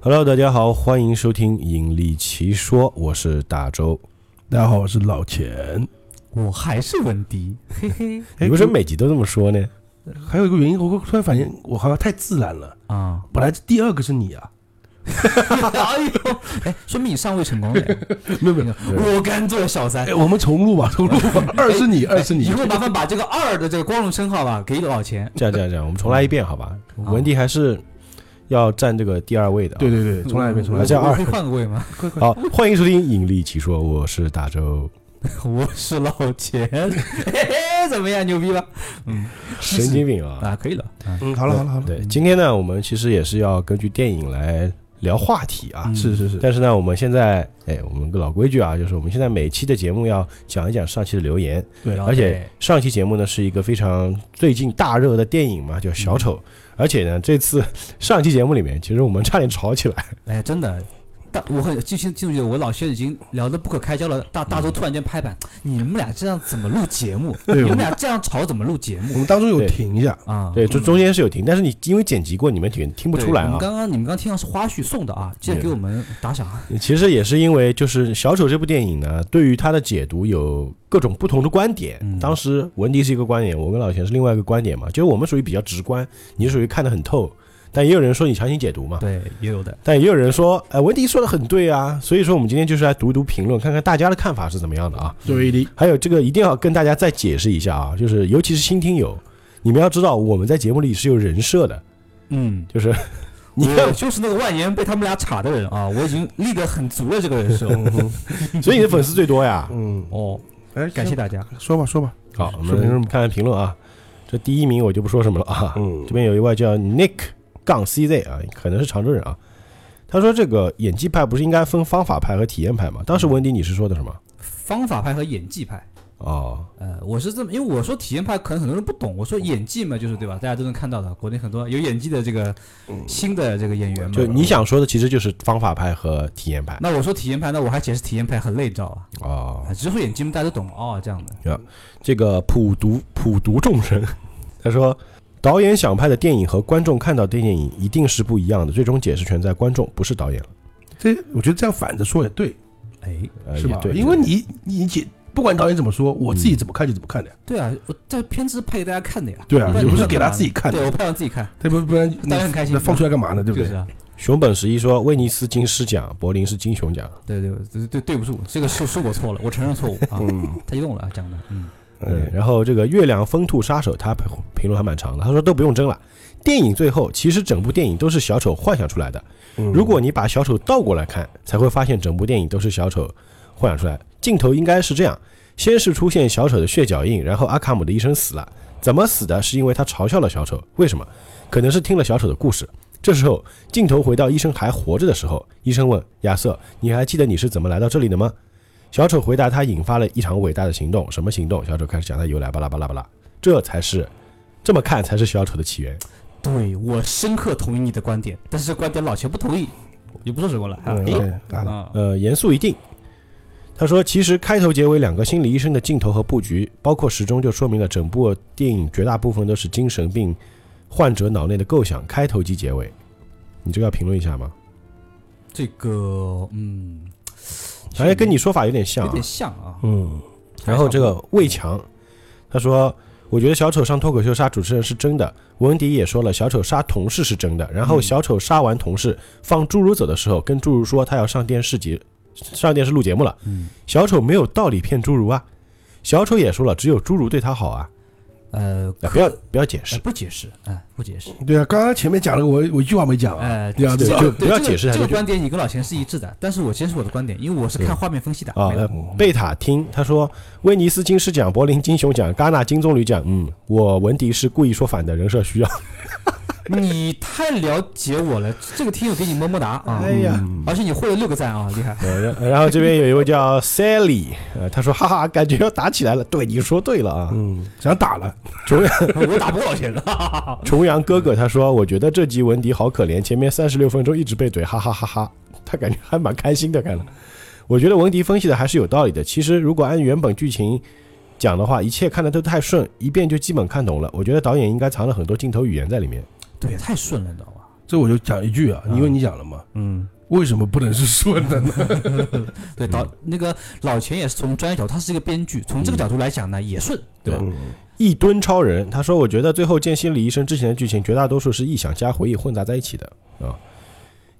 Hello，大家好，欢迎收听《引力奇说》，我是大周。大家好，我是老钱。我还是文迪，嘿嘿你为什么每集都这么说呢？还有一个原因，我突然发现我好像太自然了。啊！本来第二个是你啊， 哎呦，哎，说明你尚未成功嘞。没有没有，我甘做小三哎，，我们重录吧， 重录吧。二是你，二是哎你以。后麻烦把这个二的这个光荣称号吧给老钱。这样这样这样，我们重来一遍，好吧？好文迪还是要占这个第二位的。对，对对，从来没从来而且没。二我会换个位吗？ 好，欢迎收听《引力奇说》，我是大周。我是老钱，嘿嘿，怎么样，牛逼吧？神经病啊！啊，可以了。啊嗯，好了好了好了。对，今天呢，我们其实也是要根据电影来聊话题啊。嗯是是是，但是呢，我们现在，哎，我们个老规矩啊，就是我们现在每期的节目要讲一讲上期的留言，对而且上期节目呢是一个非常最近大热的电影嘛，叫《小嗯丑》，而且呢，这次 上期节目里面，其实我们差点吵起来，哎，真的，大我很记清记住，我老薛已经聊得不可开交了。大大周突然间拍板，你们俩这样怎么录节目？你对们俩这样吵怎么录节我目们当中有对停一下，啊？对，中中间是有停，但是你因为剪辑过，你们听听不对出来我们啊。刚刚你们刚听到是花絮送的啊，记得给我们打赏。啊其实也是因为就是《小丑》这部电影呢，对于它的解读有各种不同的观点。嗯当时文迪是一个观点，我跟老钱是另外一个观点嘛，就是我们属于比较直观，你属于看得很透，但也有人说你强行解读啊嘛。对，也有的。但也有人说，哎、文迪说的很对啊，所以说我们今天就是来读读评论，看看大家的看法是怎么样的啊。嗯对的，还有这个一定要跟大家再解释一下啊，就是尤其是新听友，你们要知道我们在节目里是有人设的，嗯，就是 你你看看，，就是那个万言被他们俩插的人 啊，我已经立得很足了这个人设。 所以你的粉丝最多呀。嗯，哦，哎，感谢大家。说吧说吧，好，我说评们论看看评论啊。这第一名我就不说什么了啊。嗯这边有一位叫 Nick 杠 CZ 啊，可能是常州人啊。他说这个演技派不是应该分方法派和体验派吗？当时文迪你是说的什么？方法派和演技派，哦，呃，我是这么，因为我说体验派可能很多人不懂，我说演技嘛，就是对吧？大家都能看到的，国内很多有演技的这个新的这个演员嘛。就你想说的其实就是方法派和体验派那我说体验派，那我还解释体验派很累，你知道吧？哦。啊，只是说演技嘛，大家都懂哦，这样的。这个普读普读众生， 他说，导演想拍的电影和观众看到的电影一定是不一样的，最终解释权在观众，不是导演了，这我觉得这样反着说也对，哎，呃、是也吧？对，因为你你解，不管导演怎么说，我自己怎么看就怎么看的呀。对啊，我这片子是拍给大家看的呀。对啊然也不是你给干嘛他自己看的对我拍让自己看，对不不然你当然很开心那放出来干嘛呢？对不就对是？啊。熊本十一说，威尼斯金狮奖，柏林是金熊奖，对对对对，对不住，这个是是我错了，我承认错误啊， 太激动了啊，讲的，嗯，哎嗯，然后这个月亮风兔杀手，他评论还蛮长的，他说都不用争了。电影最后，其实整部电影都是小丑幻想出来的。如果你把小丑倒过来看，才会发现整部电影都是小丑幻想出来。镜头应该是这样：先是出现小丑的血脚印，然后阿卡姆的医生死了。怎么死的？是因为他嘲笑了小丑。为什么？可能是听了小丑的故事。这时候，镜头回到医生还活着的时候，医生问亚瑟：“你还记得你是怎么来到这里的吗？”小丑回答他引发了一场伟大的行动，什么行动？小丑开始讲他由来，巴拉巴拉巴拉，这才是，这么看才是小丑的起源。对我深刻同意你的观点，但是这观点老钱不同意，也不说什么了嗯，啊对，啊，啊，呃，严肃一定。他说，其实开头结尾两个心理医生的镜头和布局，包括时钟，就说明了整部电影绝大部分都是精神病患者脑内的构想，开头及结尾。你这个要评论一下吗？这个嗯，好像跟你说法有点像、有啊，点像啊，嗯，然后这个魏强，他说：“我觉得小丑上脱口秀杀主持人是真的，文迪也说了，小丑杀同事是真的。然嗯后小丑杀完同事，放侏儒走的时候，跟侏儒说他要上电视节，上电视录节目了。嗯小丑没有道理骗侏儒啊。小丑也说了，只有侏儒对他好啊。呃，啊可不要不要解释哎，不解释，哎，不解释，对啊，刚刚前面讲了，我我一句话没讲啊哎，，对啊，这对个啊就不对要这个解释他这就个观点你跟老钱是一致的，但是我坚持我的观点，因为我是看画面分析的啊。没有嗯呃贝塔听他说，威尼斯金狮奖、柏林金熊奖、戛纳金棕榈奖，嗯，我文迪是故意说反的，人设需要。你太了解我了，这个听友给你么么哒啊，哎呀。而且你获了六个赞啊，厉害。 呃，然然后这边有一位叫 Sally，呃，他说哈哈，感觉要打起来了。对，你说对了啊。嗯，想打了，我打不过老 钱的，重阳哥哥他说，我觉得这集文迪好可怜，前面三十六分钟一直被怼，哈哈哈哈。他感觉还蛮开心的，看了。我觉得文迪分析的还是有道理的。其实如果按原本剧情讲的话，一切看的都太顺，一遍就基本看懂了。我觉得导演应该藏了很多镜头语言在里面。对，太顺了，你知道吧？这我就讲一句啊，因为你讲了嘛，嗯，为什么不能是顺的呢？对，导那个老钱也是从专业角度，他是一个编剧，从这个角度来讲呢，也顺，对吧？一吨超人，他说：“我觉得最后见心理医生之前的剧情，绝大多数是臆想加回忆混杂在一起的啊，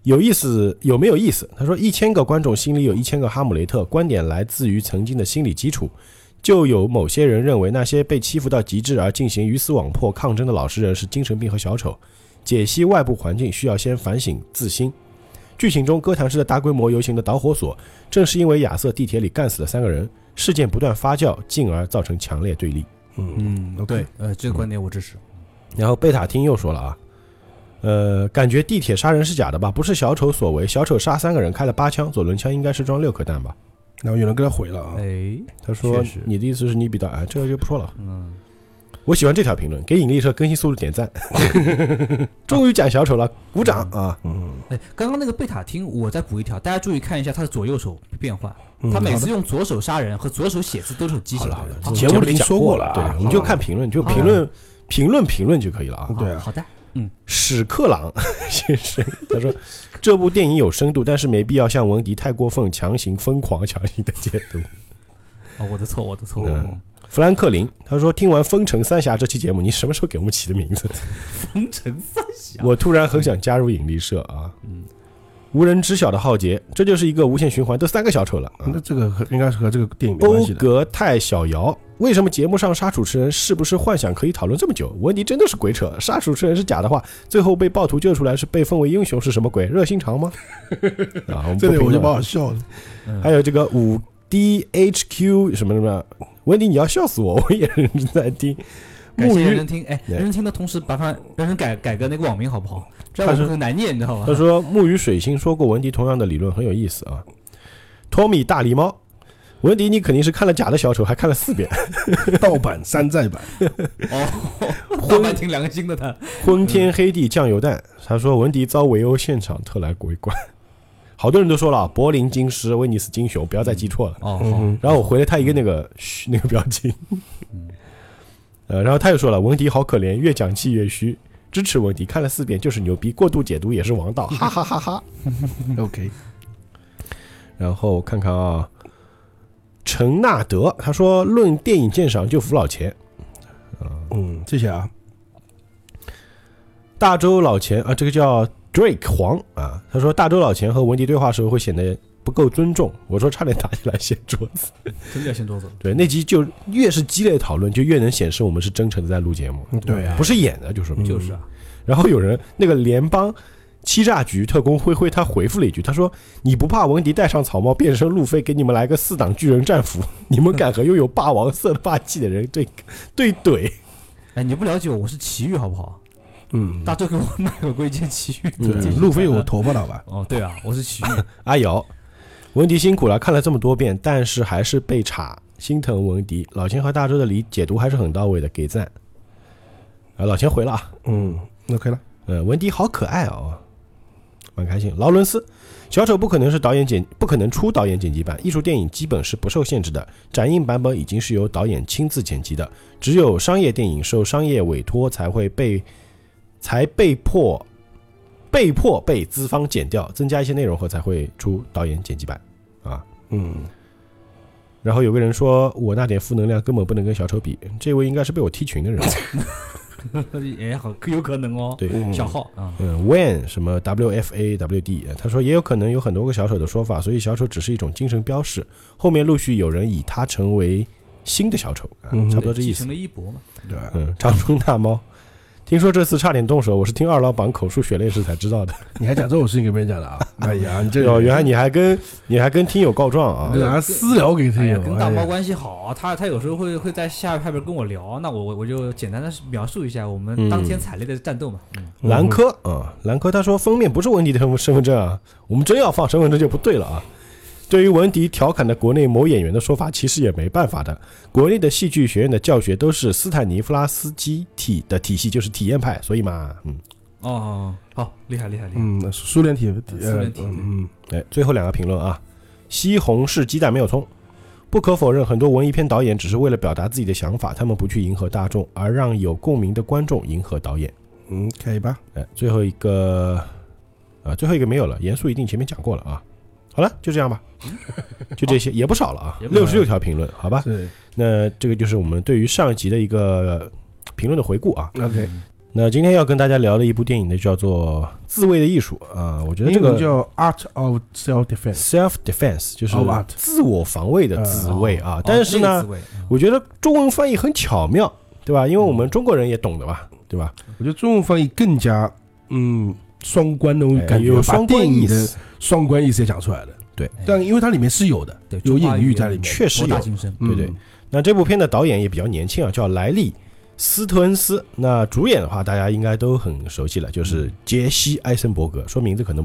有意思有没有意思？”他说：“一千个观众心里有一千个哈姆雷特，观点来自于曾经的心理基础。就有某些人认为那些被欺负到极致而进行鱼死网破抗争的老实人是精神病和小丑。解析外部环境需要先反省自心。剧情中哥谭市的大规模游行的导火索，正是因为亚瑟地铁里干死了三个人，事件不断发酵，进而造成强烈对立。”嗯，嗯，对，呃，这个观点我支持。然后贝塔汀又说了啊，呃，感觉地铁杀人是假的吧？不是小丑所为，小丑杀三个人，开了八枪，左轮枪应该是装六颗弹吧？然后有人跟他回了啊，哎，他说确实，你的意思是你比较哎矮，这个就不说了。嗯，我喜欢这条评论，给引力社更新速度点赞。终于讲小丑了，鼓掌啊！嗯，哎，刚刚那个贝塔汀，我再补一条，大家注意看一下他的左右手变换，他每好次的用左手杀人和左手写字都是很畸形的。好了，节节目目里里已经讲说过过了啊对，你就看评论，就评论评论评论就可以了啊。对啊好的，史克朗先生，他说这部电影有深度，但是没必要像文迪太过分强行疯狂强行的解读。哦，我的错，我的错。嗯弗兰克林他说：“听完《风城三峡》这期节目，你什么时候给我们起的名字？风尘三侠，我突然很想加入引力社啊！无人知晓的浩劫，这就是一个无限循环，都三个小丑了啊那！这个和应该是和这个电影没关欧系的。格泰小姚，为什么节目上杀主持人是不是幻想可以讨论这么久？文迪真的是鬼扯，杀主持人是假的话，最后被暴徒救出来是被奉为英雄是什么鬼？热心肠吗？啊，我们不这里评我就论把了。我笑了，嗯还有这个五 D H Q 什么什么，文迪你要笑死我，我也认真在听。感木谢认鱼真听，哎，对认真听的同时，麻烦认真改改个那个网名好不好？这样他我说们很难念，你知道吧他？说木鱼水星说过文迪同样的理论很有意思啊。托米大狸猫，文迪你肯定是看了假的小丑，还看了四 遍。盗版山寨版，哦，大半挺良心的他。昏天黑地酱油蛋，他说文迪遭围殴现场，特来围观。好多人都说了啊，柏林金狮、威尼斯金熊，不要再记错了。哦，嗯，然后我回了他一个那个嘘那个表情，呃，然后他又说了，文迪好可怜，越讲气越虚，支持文迪，看了四遍就是牛逼，过度解读也是王 道，哈哈哈哈。嗯 OK，然后看看啊，陈纳德他说论电影鉴赏就服老钱，嗯，谢谢啊，大周老钱啊，这个叫 Drake 黄啊，他说大周老钱和文迪对话时候会显得不够尊重，我说差点打起来掀桌 子。真的要先桌子。对，那集就越是激烈讨论，就越能显示我们是真诚的在录节目，对啊不，是演的，就说明就是啊，然后有人那个联邦欺诈局特工灰灰他回复了一句，他说：“你不怕文迪戴上草帽变身路飞，给你们来个四档巨人战斧？ 你们敢和拥有霸王色霸气的人对对怼哎，你不了解我，我是奇遇好不好？嗯，大周给我买个贵贱奇遇。对嗯，路飞有头发了吧？哦，对啊，我是奇遇。 阿瑶，文迪辛苦了，看了这么多遍，但是还是被查，心疼文迪。老钱和大周的理解读还是很到位的，给赞。啊，老钱回了啊，嗯，OK 了，呃，文迪好可爱哦，蛮开心。劳伦斯，小丑不可能是导演剪，不可能出导演剪辑版。艺术电影基本是不受限制的，展映版本已经是由导演亲自剪辑的，只有商业电影受商业委托才会被才被迫被迫被资方剪掉，增加一些内容后才会出导演剪辑版啊。嗯，然后有个人说我那点负能量根本不能跟小丑比，这位应该是被我踢群的人。哎，好，有可能哦。对，小号啊，嗯，when 什么 WFAWD，呃他说也有可能有很多个小丑的说法，所以小丑只是一种精神标识。后面陆续有人以他成为新的小丑，啊嗯差不多这继意思承。了衣钵嘛。对啊，嗯，长春大猫，听说这次差点动手，我是听二郎版口述血泪史才知道的。你还讲这种事情给别人讲的啊？哎呀，你这哦，个原来你还跟你还跟听友告状啊你？拿私聊给他哎呀友，，跟大猫哎呀关系好，啊他他有时候会会在下派边跟我聊，啊那我我我就简单的描述一下我嗯们当天踩雷的战斗嘛。嗯兰科啊，兰科他说封面不是文迪的身身份证啊，我们真要放身份证就不对了啊。对于文迪调侃的国内某演员的说法，其实也没办法的。国内的戏剧学院的教学都是斯坦尼夫拉斯基体的体系，就是体验派，所以嘛，嗯，哦，好，厉害厉害厉害。嗯，苏联体，呃苏联体嗯哎，最后两个评论啊，西红柿鸡蛋没有葱。不可否认，很多文艺片导演只是为了表达自己的想法，他们不去迎合大众，而让有共鸣的观众迎合导演。嗯嗯，可以吧？哎，最后一个，啊，最后一个没有了，严肃一定前面讲过了啊。好了，就这 样吧，就这些也不少了啊，也不少六十六条评论，好吧？是那这个就是我们对于上一集的一个呃评论的回顾啊。 ，OK。那今天要跟大家聊的一部电影呢，叫做《自卫的艺术》啊，我觉得这英文个叫哦 Art of Self Defense。 self defense 就是 Of art 自我防卫的自卫啊，但是哦这个呢滋，味嗯我觉得中文翻译很巧妙，对吧？因为我们中国人也懂的吧，对吧？我觉得中文翻译更加嗯双关那种哎感觉，有把双关电意影的思，双关意思也讲出来了。对哎 但因为它里面是有的，对有中华隐语喻言在里面，确实博大有。精深，嗯对对，那这部片的导演也比较年轻啊，叫莱利·斯特恩斯。那主演的话，大家应该都很熟悉了，就是杰西·艾森伯格。说名字可能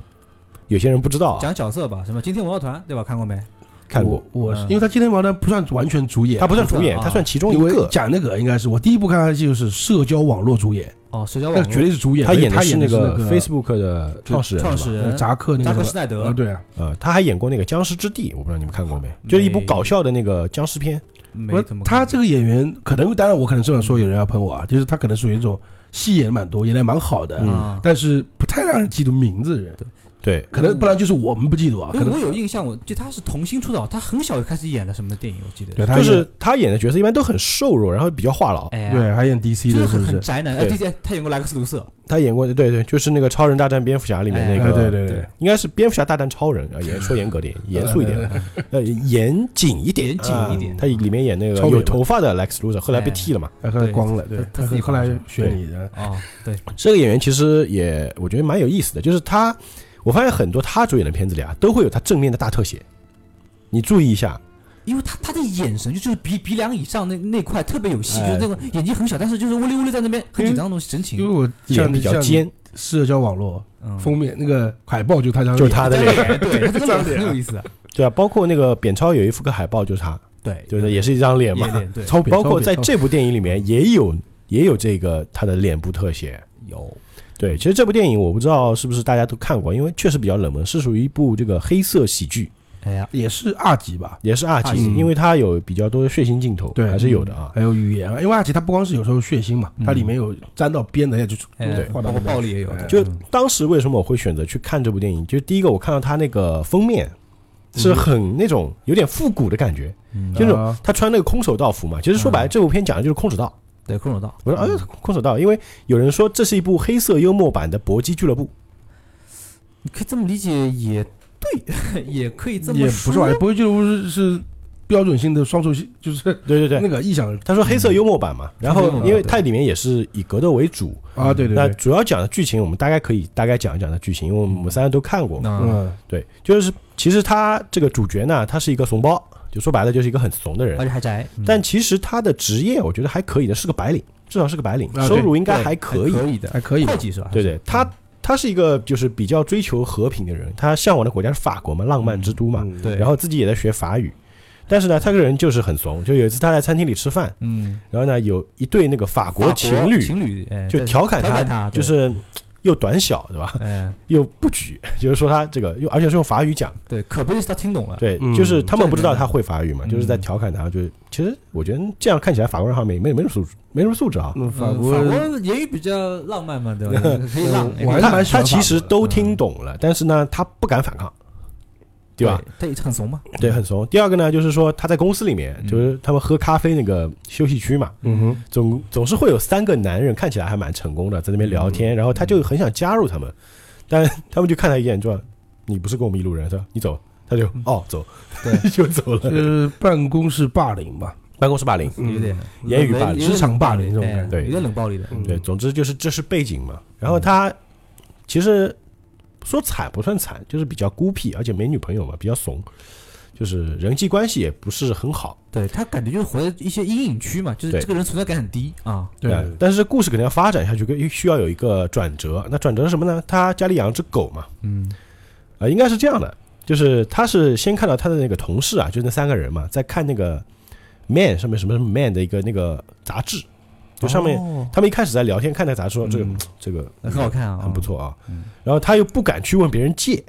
有些人不知道啊，讲角色吧，什么今天我要团对吧？看过没？看过。我，我是嗯因为他今天玩的不算完全主演，他不算主演，啊他算其中一因为个。讲那个应该是我第一部看他就是社交网络主演，哦，社交那网绝络对是主演，他而且演他的是那那个 Facebook 的创始人，创是吧始呃人扎克那扎克个施什耐么啊，德，对啊，呃，他还演过那个《僵尸之地》，我不知道你们看过没？就是一部搞笑的那个僵尸片。没我怎么他看这个演员可能当然我可能这样说，有人要喷我啊，就是他可能属于一种戏演得蛮多，演的蛮好的，嗯啊，但是不太让人记住名字的人，对，可能不然就是我们不记住啊，因可为我能有印象，我记得他是童星出道，他很小就开始演了什么电影，我记得对，他就是他演的角色一般都很瘦弱，然后比较话痨。哎呀，对，还演 DC 就是的，是很不很是？宅男。哎，对之前他演过莱克斯卢瑟，他演过，对对，就是那个《超人大战蝙蝠侠》里面那哎个，对对对，应该是蝙蝠侠大战超人啊，严说严格点，严肃一点，呃，严谨一点，严谨一点啊他里面演那个超人有嘛头发的 Lex Luthor，后来被剃了嘛。他光了，对对，他自己后来光了选你的，哦，对，这个演员其实也我觉得蛮有意思的，就是他，我发现很多他主演的片子里啊，都会有他正面的大特写，你注意一下，因为他他的眼神就就是鼻鼻梁以上那那块特别有戏，就哎是那个眼睛很小，但是就是乌溜乌溜在那边很紧张的那种神因为情。我脸像比较，尖，像社交网络嗯，封面那个海报就他张脸，就是他的这脸个，脸，对， 这个脸很有意思啊。对啊，包括那个扁超有一幅个海报就是他，对，对不对？也是一张脸嘛演。脸，对，超扁包括在超扁这部电影里面也有也有这个他的脸部特写， 有对，其实这部电影我不知道是不是大家都看过，因为确实比较冷门，是属于一部这个黑色喜剧，哎呀，也是二级吧，也是二级，二级因为它有比较多的血腥镜头，对还是有的啊。还有语言，因为二级它不光是有时候血腥嘛，它里面有沾到边的，也就是哎呀包画到括暴力也有，哎就当时为什么我会选择去看这部电影？就第一个，我看到它那个封面是很那种有点复古的感觉，嗯就那种啊他穿那个空手道服嘛。其实说白了，嗯这部片讲的就是空手道。对，空手道。我说，哎，空手道，因为有人说这是一部黑色幽默版的搏击俱乐部。你可以这么理解，也对，也可以这也么不是说吧，。不会就是是标准性的双手戏，就是对对对那，个异想他说黑色幽默版嘛，然黑色幽后默因为对它里面也是以格斗为主，啊，对对那对，主要讲的剧情，我们大概可以大概讲一讲的剧情，因为我们三人都看过嘛。那嗯，对，就是其实他这个主角呢，他是一个怂包，就说白了就是一个很怂的而人。且还宅，嗯但其实他的职业我觉得还可以的，是个白领，至少是个白领，啊对收入应应该还可以。嗯可以的，还可以吧会，计是吧？对对，他他是一个就是比较追求和平的人，他向往的国家是法国嘛，浪漫之都嘛，嗯对，然后自己也在学法语。但是呢，他这个人就是很怂。就有一次他在餐厅里吃饭，嗯，然后呢，有一对那个法国情侣情侣，哎就对调侃调他，侃他， 就对是又短小，对吧？哎，又不举， 就是说他这个又而且是用法语讲，对，可不就是他听懂了，对，嗯就是他们不知道他会法语嘛，嗯就是在调侃他，就是其实我觉得这样看起来法国人好像没没没什么素质，没什么素质啊。嗯嗯法国法国言语比较浪漫嘛，对吧？可以浪，我还是他蛮喜他欢法国的其实都听懂了，但是呢，他不敢反抗，对吧？？他也很怂嘛，对，很怂。第二个呢，就是说他在公司里面，嗯就是他们喝咖啡那个休息区嘛，嗯哼，总总是会有三个男人看起来还蛮成功的，在那边聊嗯天，然后他就很想加入他们，但他们就看他一眼，就说：“你不是跟我们一路人，是吧？你走。”他就哦走，对 就走了。嗯就是办公室霸凌吧，办公室霸凌，嗯有点言语霸凌有点职场霸凌这种感觉哎对有点冷暴力的，嗯对，总之就是这是背景嘛。然后他其实说惨不算惨，就是比较孤僻，而且没女朋友嘛，比较怂，就是人际关系也不是很好。对他感觉就是活在一些阴影区嘛，就是对这个人存在感很低啊，对吧，但是故事可能要发展下去，跟需要有一个转折。那转折是什么呢？他家里养了只狗嘛，嗯，啊、应该是这样的，就是他是先看到他的那个同事啊，就那三个人嘛，在看那个 Man 上面什么什么 Man 的一个那个杂志，就上面、哦他们一开始在聊天，看那杂志说这个、嗯这个很好看啊，很不错啊嗯，然后他又不敢去问别人借，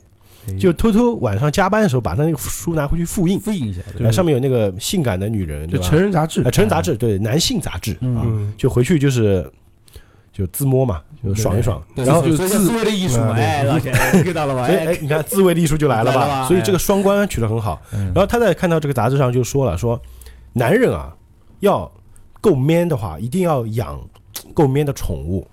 哎，就偷偷晚上加班的时候把他那个书拿回去复印，复印一下，然后上面有那个性感的女人，就对吧？哎成人杂志啊，，成人杂志，对，男性杂志啊，嗯嗯，就回去就是。就自摸嘛，就爽一爽。对然后就所以叫自自卫的艺术嘛，嗯对哎，老铁 get 到了吧？所以哎哎，，你看自卫的艺术就来了来了吧？吧所以这个双关取得很好。嗯然后他在看到这个杂志上就说了，说男人啊要够 man 的话，一定要养够 man 的宠物，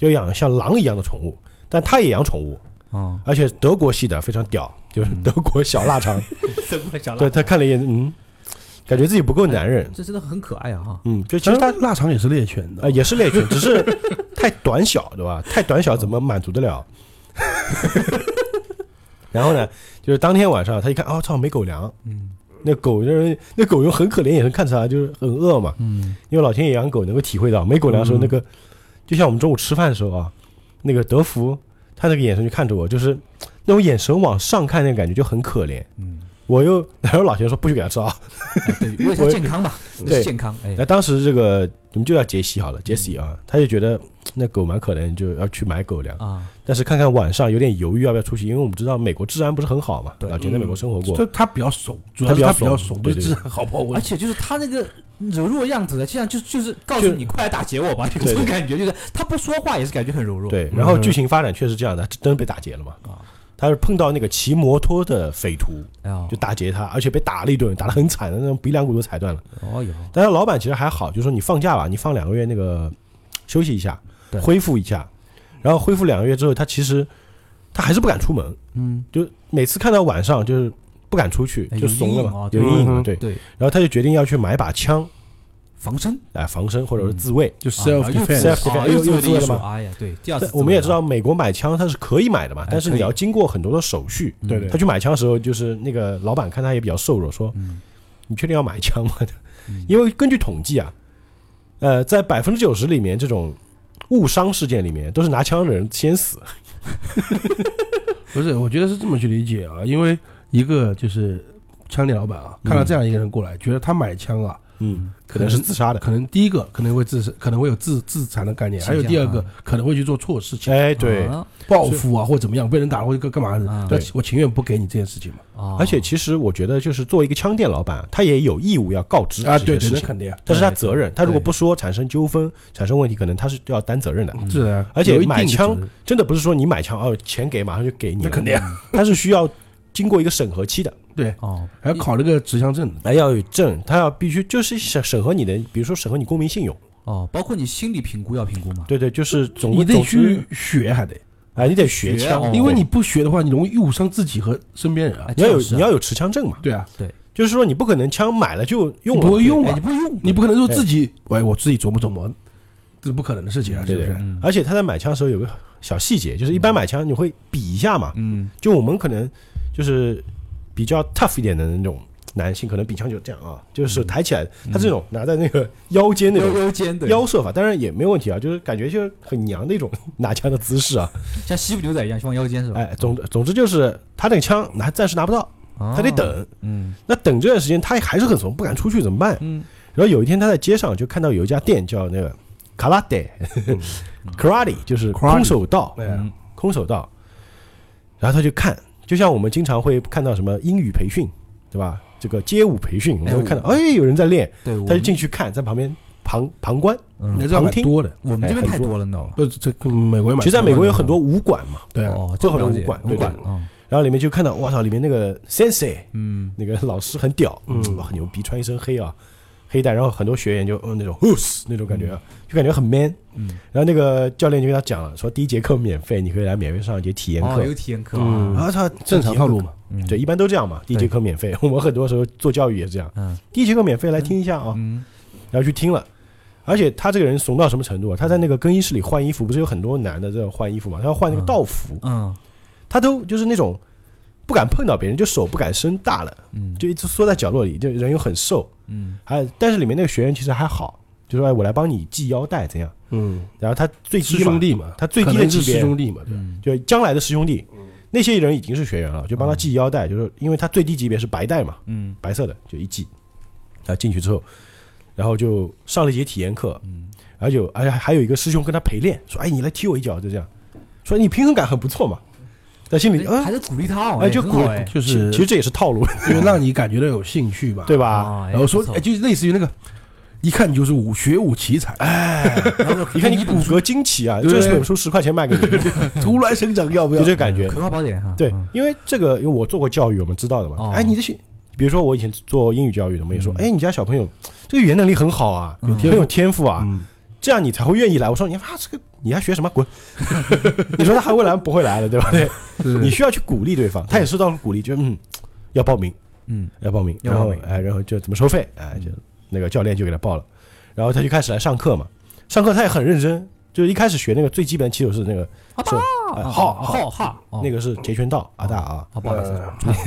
要养像狼一样的宠物。但他也养宠物，哦，而且德国系的非常 屌，就是德国 小腊肠。这不小对他看了一眼，嗯，感觉自己不够男人。这真的很可爱啊！哈，嗯，就其其实实他它腊肠也是猎犬呃的，也是猎犬，只是太短小，对吧？太短小怎么满足得了？ 然后呢，就是当天晚上他一看，哦操，没狗粮，嗯那狗就是那狗用很可怜眼神看着他，就是很饿嘛。嗯，因为老天爷养狗能够体会到，没狗粮的时候嗯那个，就像我们中午吃饭的时候啊，那个德福他那个眼神就看着我，就是那种眼神往上看那个感觉就很可怜。嗯，我又然后老天爷说不许给他吃啊，哎对，为了健康嘛，对为了健康，哎那，当时这个我们就叫杰西好了，杰西嗯啊，他就觉得那狗蛮可怜，就要去买狗粮，啊，但是看看晚上有点犹豫要不要出去，因为我们知道美国治安不是很好嘛，对嗯老杰在美国生活过就，它比较怂，主要是它它比比较较怂怂，对对对治安好不好？我而且就是他那个柔弱样子的，竟然就就是告诉就你快来打劫我吧，就对这种感觉，就是他不说话也是感觉很柔弱，对，然后嗯剧情发展确实这样的，他真被打劫了嘛啊，他是碰到那个骑摩托的匪徒哎呀，就打劫他，而且被打了一顿，打得很惨的，那种鼻梁骨都踩断了。哦哟，但是老板其实还好，就说你放假吧，你放两个月那个休息一下，对恢复一下，然后恢复两个月之后，他其实他还是不敢出门。嗯，就每次看到晚上就是不敢出去，哎就怂了嘛，有有阴阴影影啊嗯了，哼对。对，然后他就决定要去买把枪防身来防身或者是自卫。就啊 self 又 defense， self-defense，啊又又又自卫自卫了的嘛，哎呀，对，第二但次我们也知自卫啊了道，美国买枪它是可以买的嘛，哎但是你可以要经过很多的手续。嗯对对他去买枪的时候，就是那个老板看他也比较瘦弱，说嗯，：“你确定要买枪吗？” 嗯因为根据统计啊，呃，在百分之九十里面，这种误伤事件里面，都是拿枪的人先死。不是，我觉得是这么去理解啊，因为一个就是枪店老板啊，看到这样一个人过来，觉得他买枪啊，嗯，可能是自杀的。啊可能第一个可能会自杀，可能会有自自残的概念，还有第二个可能会去做错事情，哎，对，啊报复啊或怎么样，被人打了或者干干嘛啊的，对，我情愿不给你这件事情嘛。啊而且其实我觉得，就是作为一个枪店老板，他也有义务要告知这啊，些对对，事那情，肯定，但是他责任，他如果对不说产生纠纷、产生问题，可能他是要担责任的。是的，嗯而且有一定买的枪责任，真的不是说你买枪哦，钱给马上就给你那了，肯定啊 他是需要经过一个审核期的，对，哦，还要考那个持枪证的，还要有证，他要必须就是审审核你的，比如说审核你公民信用，哦，包括你心理评估要评估嘛，对对，就是总你得总之去学还得，哎，你得学学枪哦，因为你不学啊的话，你容易误伤自己和身边人啊哎。你要有这样是啊你要有持枪证嘛，对啊，就是说你不可能枪买了就用你了，哎不会用哎啊你，不用，你不可能说自己，喂，我自己琢磨琢磨，这是不可能的事情啊，对是对不对是？嗯而且他在买枪的时候有个小细节，就是一般买枪你会比一下嘛，嗯，就我们可能就是比较 tough 一点的那种男性，可能比枪就这样啊，就是手抬起来，他这种拿在那个腰间那腰种腰间对，腰射法，当然也没有问题啊，就是感觉就是很娘的一种 拿枪的姿势啊。像西部牛仔一样放腰间是吧？哎，总总之就是他那个枪拿暂时拿不到，哎他他得，等。啊嗯那等这段时间他还是很怂，不敢出去怎么办？嗯，然后有一天他在街上就看到有一家店叫那个 Karate Karate，就是空手道。对啊嗯空手道，然后他就看，就像我们经常会看到什么英语培训，对吧？这个街舞培训，我们会嗯看到，哎，有人在练，对，我他就们进去看，在旁边旁旁观。你嗯，知道蛮旁听多的，我们这边哎太多了，你知道吗？不是这个美国也买。其实在美国有很多武馆嘛，对啊，哦，都很了武解馆武对馆对啊，然后里面就看到，我操，里面那个 sensei 嗯，那个老师很屌，嗯，哇很牛逼，穿一身黑啊，黑带，然后很多学员就嗯那种 who's 那种感觉啊，就感觉很 man。嗯，然后那个教练就跟他讲了，说第一节课免费，你可以来免费上一节体验课哦，。有体验课，嗯然后他正常套路嘛。嗯对，，一般都这样嘛。第一节课免费，我们很多时候做教育也是这样，嗯第一节课免费来听一下啊，嗯，然后去听了。而且他这个人怂到什么程度啊？他在那个更衣室里换衣服，不是有很多男的这种换衣服嘛？他要换那个道服，嗯他都就是那种不敢碰到别人，就手不敢伸大了，嗯就一直缩在角落里，就人又很瘦，嗯，还但是里面那个学员其实还好，就说哎，我来帮你系腰带怎样？嗯，然后他最师低嘛兄，弟嘛，他最可低的能是级师别兄弟嘛，对。嗯就将来的师兄弟，那些人已经是学员了，就帮他系腰嗯带，就是因为他最低级别是白带嘛，嗯白色的，就一季。啊，进去之后，然后就上了一节体验课，嗯，而且有而且哎还有一个师兄跟他陪练，说：“哎，你来踢我一脚。”就这样，说你平衡感很不错嘛，在心里哎啊还，在鼓励他哦，哎就很鼓好励哎就其是其实这也是套路，因为让你感觉到有兴趣吧，对啊吧？哎然后说不，错哎，就类似于那个一看你就是武学武奇才， 哎，你看你骨骼惊奇啊，对这本书十块钱卖给你， 如来神掌要不就要这？感觉。葵花宝典哈，对嗯，因为这个，因为我做过教育，我们知道的嘛哦。哎，你的学，比如说我以前做英语教育的，我们也说，哎，你家小朋友这个语言能力很好啊，嗯很有天赋啊，嗯，这样你才会愿意来。我说你啊，这个你还学什么？ 滚！你说他还会来不会来了，对吧？对，你你需要去鼓励对方，他也受到了鼓励，就嗯，要报名，嗯，要报名，要然报后名嗯哎，然后就怎么收费？哎，就那个教练就给他报了，然后他就开始来上课嘛。上课他也很认真，就是一开始学那个最基本的起手式，那个好是哎好好好，啊哦那个是截拳道阿大啊，好不好意思，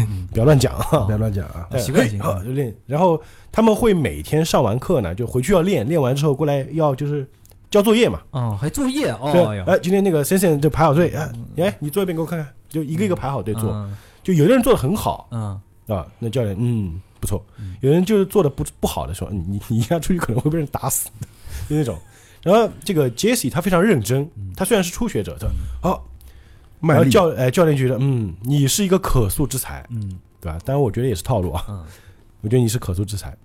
嗯不要乱讲啊不。要乱讲啊，哎习惯嘿性啊就练。然后他们会每天上完课呢，就回去要练，练完之后过来要就是交作业嘛。哦，还作业哦，就哎呦哎，今天那个 Sensen 就排好队，哎，哎，你做一遍给我看看，就一个一个排好队做。嗯就有的人做的很好嗯，啊，那教练嗯不错嗯；有人就是做的不不好的说，嗯你你一下出去可能会被人打死的，就那种。然后这个 Jesse 他非常认真，嗯他虽然是初学者，他好，然卖后力教哎教练觉得嗯你是一个可塑之才，嗯对吧？当然我觉得也是套路啊，嗯我觉得你是可塑之才，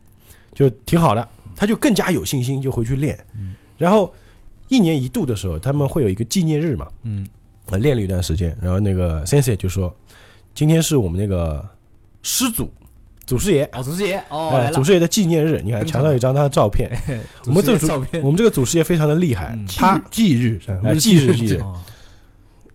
就挺好的。他就更加有信心，就回去练。嗯然后一年一度的时候，他们会有一个纪念日嘛，嗯呃练了一段时间。然后那个 sensei 就说，今天是我们那个师祖祖师爷，哦，祖师爷哦哎来，了祖，师爷的纪念日。你看，墙上有一张他的照片。嘿 我们这个祖祖师爷照片，我们这个祖师爷非常的厉害嗯，他忌 日，是吧哎忌日忌日哦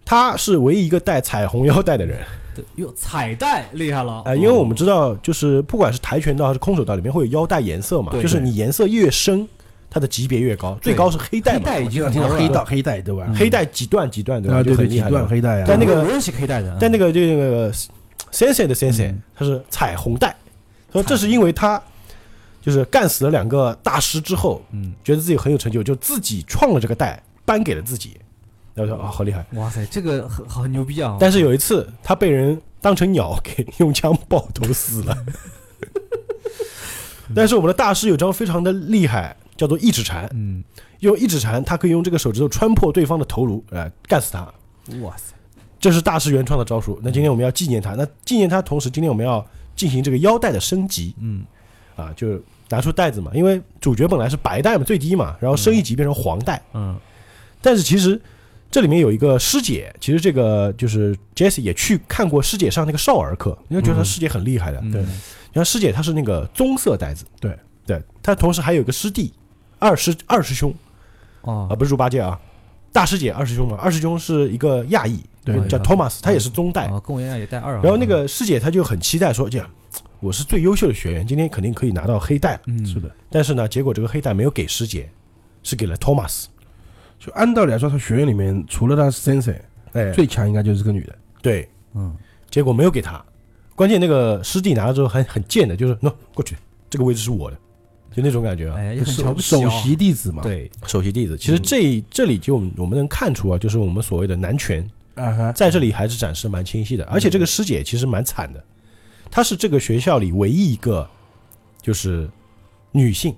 他是唯一一个戴彩虹腰带的人。对哟，彩带厉害了哦啊、因为我们知道，就是不管是跆拳道还是空手道，里面会有腰带颜色嘛，对就是你颜色越深，它的级别越高，最高是黑带黑嘛，带已经经常很多了听到黑带黑带对吧？嗯黑带几段几段对吧？啊，对就对，很厉几害段的。黑带啊，但那个我认识黑带的，但那个就那个 sensei 的 sensei，嗯他是彩虹带，说这是因为他就是干死了两个大师之后，嗯，觉得自己很有成就，就自己创了这个带，颁给了自己，然后说啊、好厉害。嗯哇塞，这个很好牛逼啊！但是有一次，他被人当成鸟给用枪爆头死了。但是我们的大师有招非常的厉害，叫做一指禅。嗯，用一指禅，他可以用这个手指头穿破对方的头颅，哎、干死他。哇塞，这是大师原创的招数。嗯那今天我们要纪念他，那纪念他同时，今天我们要进行这个腰带的升级嗯啊，就拿出带子嘛，因为主角本来是白带嘛，最低嘛，然后升一级变成黄带。嗯但是其实这里面有一个师姐，其实这个就是 Jesse 也去看过师姐上那个少儿课，因为觉得她师姐很厉害的。嗯对，然后师姐她是那个棕色带子，对对，她同时还有一个师弟，二师二师兄啊、哦，不是猪八戒啊，大师姐二师兄嘛，二师兄是一个亚裔，对叫 Thomas，他也是棕带。啊，跟我一样也带二啊，然后那个师姐她就很期待说，这样我是最优秀的学员，今天肯定可以拿到黑带了。嗯是，的，但是呢，结果这个黑带没有给师姐，是给了 Thomas。就按道理来说，他学院里面除了他 sensei 哎，最强，应该就是这个女的。对，嗯结果没有给他。关键那个师弟拿了之后还很贱的，就是喏、过去，这个位置是我的，就那种感觉啊。哎呀，也很瞧首不起啊首席弟子嘛，对，首席弟子，其实这这里就我们我们能看出啊，就是我们所谓的男权啊哈，在这里还是展示得蛮清晰的。而且这个师姐其实蛮惨的，她是这个学校里唯一一个就是女性，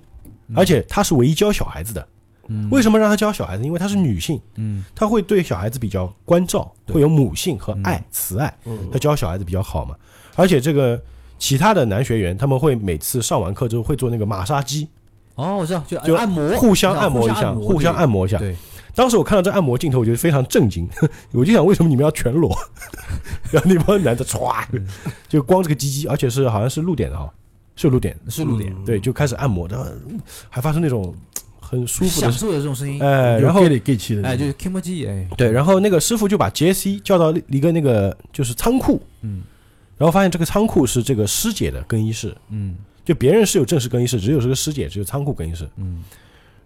嗯而且她是唯一教小孩子的。嗯为什么让她教小孩子？因为她是女性，嗯她会对小孩子比较关照，对会有母性和爱嗯慈爱。嗯他教小孩子比较好嘛。而且这个其他的男学员，他们会每次上完课之后会做那个马杀鸡，哦，我知道，就就按摩，互相按摩一互相下，按摩互相按摩一下。对，当时我看到这按摩镜头，我觉得非常震惊， 我就想为什么你们要全裸？ 然后那帮男的歘，就光这个鸡鸡，而且是好像是露点的哈，是有露点，嗯是露点，对，就开始按摩，然后嗯还发出那种很舒服享的，受的这种声音，哎，然后 gay 里 gay 气的，哎，就是 k i m o j i 哎，对，然后那个师傅就把杰西叫到一个那个就是仓库，嗯然后发现这个仓库是这个师姐的更衣室，嗯就别人是有正式更衣室，只有这个师姐只有仓库更衣室，嗯，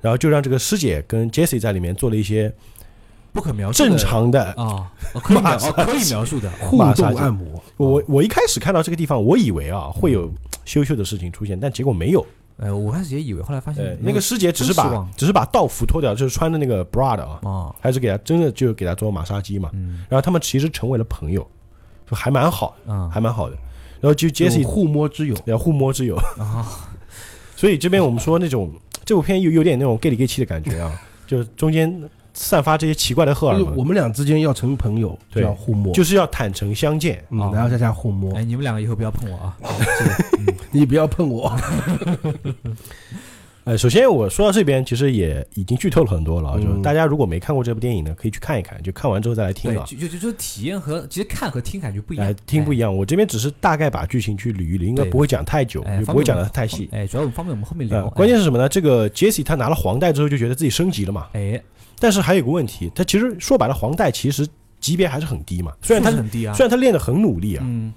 然后就让这个师姐跟 Jesse 在里面做了一些不可描述的，正常 的。啊，哦可以描，哦可以描述的，互马杀动鸡按摩，我我一开始看到这个地方，我以为啊会有羞羞的事情出现，但结果没有。哎，我开始也以为，后来发呃现，那个师姐只是嗯真失把望只是把道服脱掉，就是穿的那个 bra 的啊，啊，还是给她真的就给她做马杀鸡嘛。嗯然后他们其实成为了朋友，就还蛮好，啊还蛮好的。然后就 Jesse 有互摸之友，要互摸之友，啊，所以这边我们说那种这部片又有点那种 gay 里 gay 气的感觉啊，就是中间散发这些奇怪的荷尔就是蒙我。们俩之间要成朋友就对要互摸，就是要坦诚相见。嗯哦然后再加互摸 哎，，你们两个以后不要碰我啊，你不要碰我，呃，首先我说到这边，其实也已经剧透了很多了啊，就是嗯大家如果没看过这部电影呢，可以去看一看，就看完之后再来听对，啊。就就就就体验和其实看和听感觉不一哎样，，听不一一样，我这边只是大概把剧情去捋一捋，应该对不会讲太久，哎也不方会便讲我的们太细。哎，主要我们方面我们后面聊哎呃，。关键是是什么呢？这个 Jesse 他拿了黄带之后就觉得自己升级了嘛，哎，但是还有个问题，他其实说白了，黄带其实级别还是很低嘛，虽然他素质是很低啊，虽然他练得很努力啊，嗯，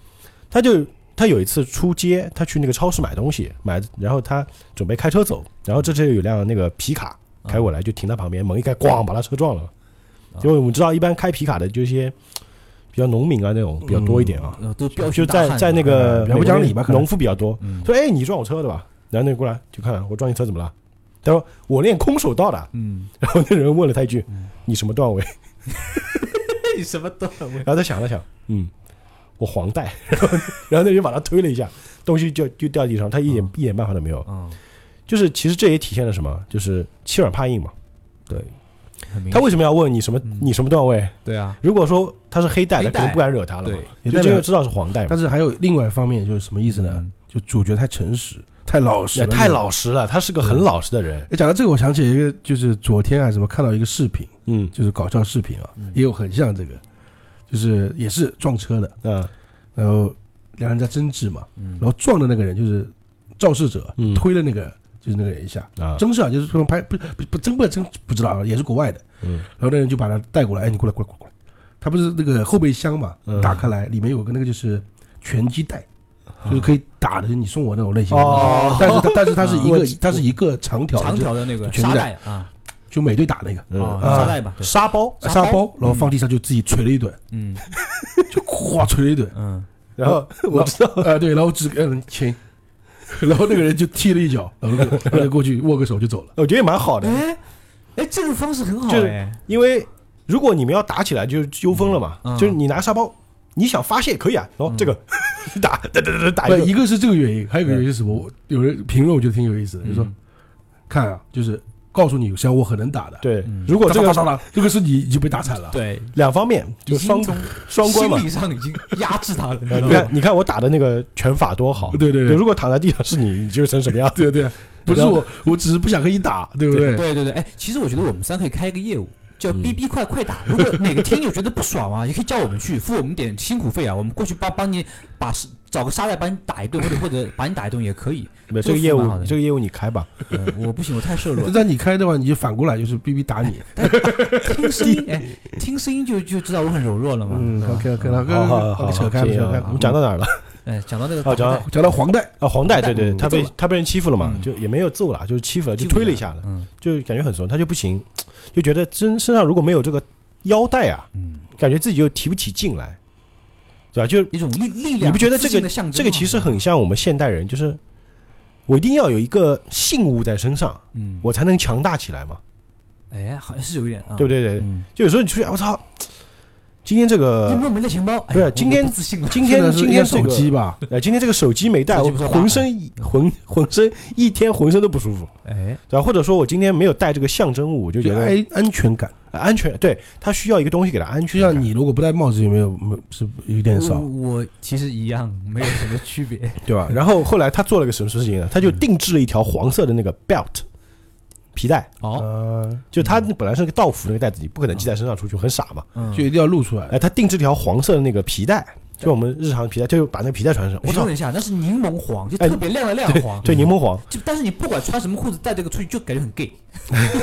他就他有一次出街，他去那个超市买东西，买然后他准备开车走，然后这时候有辆那个皮卡啊开过来，就停他旁边，门一开，咣把他车撞了。啊因为我们知道，一般开皮卡的就一些比较农民啊那种比较多一点啊，呃都是彪就形大在汉在那个嗯比较不讲理吧可能农夫比较多。嗯说哎，你撞我车对吧？然后那个过来就看我撞你车怎么了？他说我练空手道的。 嗯，然后那人问了他一句：“你什么段位？”你什么段位？然后他想了想，嗯，我黄带，然后然后那人把他推了一下，东西就就掉地上，他一点、一点办法都没有。嗯，就是其实这也体现了什么？就是欺软怕硬嘛。对，很明他显为什么要问你什么、嗯你什么段位？对啊，如果说他是黑带，他黑带肯定不敢惹他了嘛对。，也就代这表个，知道是黄带嘛但，是还有另外一方面就是什么意思呢嗯？就主角太诚实，太老实也了，哎太老实了，他是个很老实的人。哎，讲到这个，我想起一个，就是昨天啊，什么看到一个视频，嗯就是搞笑视频啊嗯，也有很像这个，就是也是撞车的，嗯然后两人在争执嘛，嗯然后撞的那个人就是肇事者，嗯推了那个就是那个人一下，啊真是啊，就是说拍不不不真不真不知道啊，也是国外的，嗯然后那人就把他带过来，哎，你过来过来过来过来，他不是那个后备箱嘛嗯，打开来里面有个那个就是拳击带。就是可以打的，你送我那种类型的，啊哦但是它但是它是 一我个它是一个长条的，长就条的那个全沙在袋啊，就美队打那个嗯，啊，沙袋吧，对沙包，嗯沙包，然后放地上就自己捶了 一顿，嗯就咵捶了一顿，嗯，然后 我知道，啊对，然后只给人亲， 然后那个人就踢了一脚，然后那个然后就过去握个手就走了。我觉得也蛮好的，哎哎，这个方式很好就是哎，因为如果你们要打起来，就是纠纷了嘛，嗯就是你拿沙包，你想发泄可以啊，哦，这个 打打打打打不，一个嗯一个是这个原因，还有一个原因是什么？我有人评论我觉得挺有意思的，就说嗯看啊，就是告诉你，像我很能打的，，对嗯，如果这当个当当，这个是你已经被打惨了，对，两方面就已是双经从双关嘛心。理上已经压制他 了，你呃知道你吗看，你看我打的那个拳法多好，对对就对如果躺在地上是你，你就成什么 样？对啊对啊，不是我，我只是不想和你打，对不对？对对对，哎，其实我觉得我们三可以开一个业务。叫嗯哔哔快快打！如果哪个听友觉得不爽啊，也可以叫我们去付我们点辛苦费啊，我们过去帮帮你把找个沙袋帮你打 一顿，或者或者把你打一顿也可以。没有这个这个业蛮好务，的这个业务你开吧。呃，我不行，我太瘦弱了。但你开的话，你就反过来就是逼逼打你，听声 音，哎，听声音就就知道我很柔弱了嘛。嗯是吧，OK OK，那好好个好，扯开行扯开嗯啊，我们讲到哪儿了？哎，讲到那个好打讲带到讲到黄带，啊，黄带，对对，嗯他被揍了他被人欺负了嘛，嗯就也没有揍了，就是欺负了，就推了一下了，嗯就感觉很怂，他就不行，就觉得身身上如果没有这个腰带啊，嗯，感觉自己又提不起劲来，对吧？就一种力力量，你不觉得这自信个嗯的象征啊这个嘛其实，很像我们现代人，就是我一定要有一个信物在身上，嗯，我才能强大起来嘛，哎，好像是有一点啊，对不对？对，嗯？就有时候你出去，啊我操，今天这你个摸，我们的钱包，哎不是我今天我不自信了，今现在天是今应该天手机，吧？哎，今天这个手机没带，手我机不是浑身浑浑身一天浑身都不舒服， 哎，对吧？或者说我今天没有带这个象征物，我就觉就得安安全感，安全，对他需要一个东西给他安就全感。像你如果不戴帽子，有没有没有是有点我少，嗯我其实一样，没有什么区别，对吧？然后后来他做了个什么事情呢？他就定制了一条黄色的那个 belt 皮带，哦，呃，就他本来是个道服那个带子，你不可能系在身上出去，很傻嘛。嗯就一定要露出来。哎，他定制条黄色的那个皮带，就我们日常皮带，就哎把那个皮带穿上。我我操问，一下，那是柠檬黄，就哎特别亮的亮黄，对柠檬黄。就但是你不管穿什么裤子，带这个出去就感觉很 gay，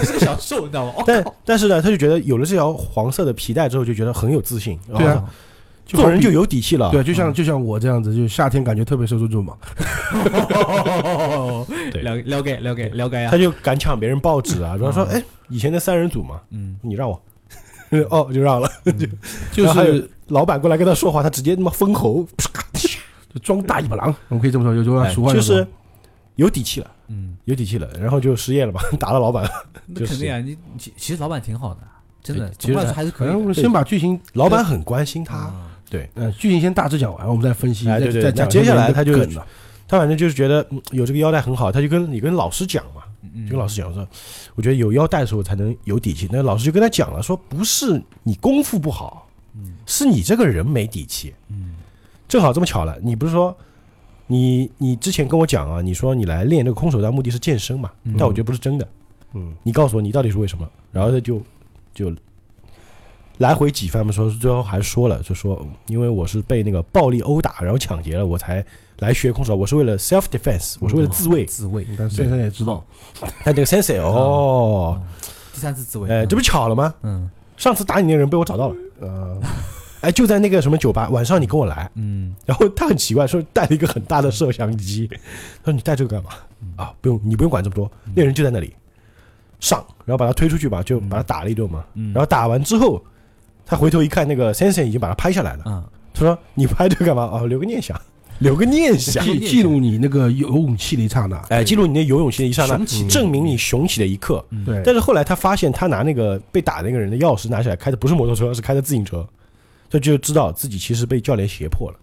是个小瘦，你知道吗？哦但靠，但是呢，他就觉得有了这条黄色的皮带之后，就觉得很有自信，对然啊后，做人就有底气了。对，就像就像我这样子，就夏天感觉特别受受重 嘛。对了了解了解了解啊他，就敢抢别人报纸啊，比方说，哎，以前的三人组嘛，嗯，你让我， 哦，就让了。就然后还有是老板过来跟他说话，他直接他妈封喉，就装大尾巴狼，我们可以这么说，有句话哎啊俗话就是有底气了，嗯，有底气了，然后就失业了嘛， 打了老板，那就是肯定啊，你你其其实老板挺好的，真的对，总其的实来说还是可可以能的我们先把剧情老板很关心他，啊对呃剧情先大致讲完，我们再分析，哎再对对再那讲接下来里面的他就梗了。他反正就是觉得嗯有这个腰带很好，他就跟你跟老师讲嘛，嗯就跟老师讲说，我觉得有腰带的时候才能有底气。那老师就跟他讲了，说不是你功夫不好，是你这个人没底气。嗯正好这么巧了，你不是说你你之前跟我讲啊，你说你来练这个空手道目的是健身嘛，嗯但我觉得不是真的。嗯，你告诉我你到底是为什么？然后他就就来回几番嘛，说最后还说了，就说嗯因为我是被那个暴力殴打，然后抢劫了，我才来学空手道，我是为了 self defense，我是为了自卫。自卫，但先生也知道，但这个 sensei 哦，第三次自卫，哎，这不巧了吗？嗯上次打你那个人被我找到了，呃，哎，就在那个什么酒吧，晚上你跟我来，嗯，然后他很奇怪，说带了一个很大的摄像机，他说你带这个干嘛？啊，不用，你不用管这么多，那人就在那里上，然后把他推出去吧，就把他打了一顿嘛。嗯然后打完之后，他回头一看，那个 sensei 已经把他拍下来了。啊，他说你拍这个干嘛？哦，留个念想， 留个念想， 记记录你那个有勇气的一刹那，哎，记录你那游泳期的一刹那，雄起证明你雄起的一刻。对，但是后来他发现，他拿那个被打那个人的钥匙拿起来，开的不是摩托车，是开的自行车，这就知道自己其实被教练胁迫了，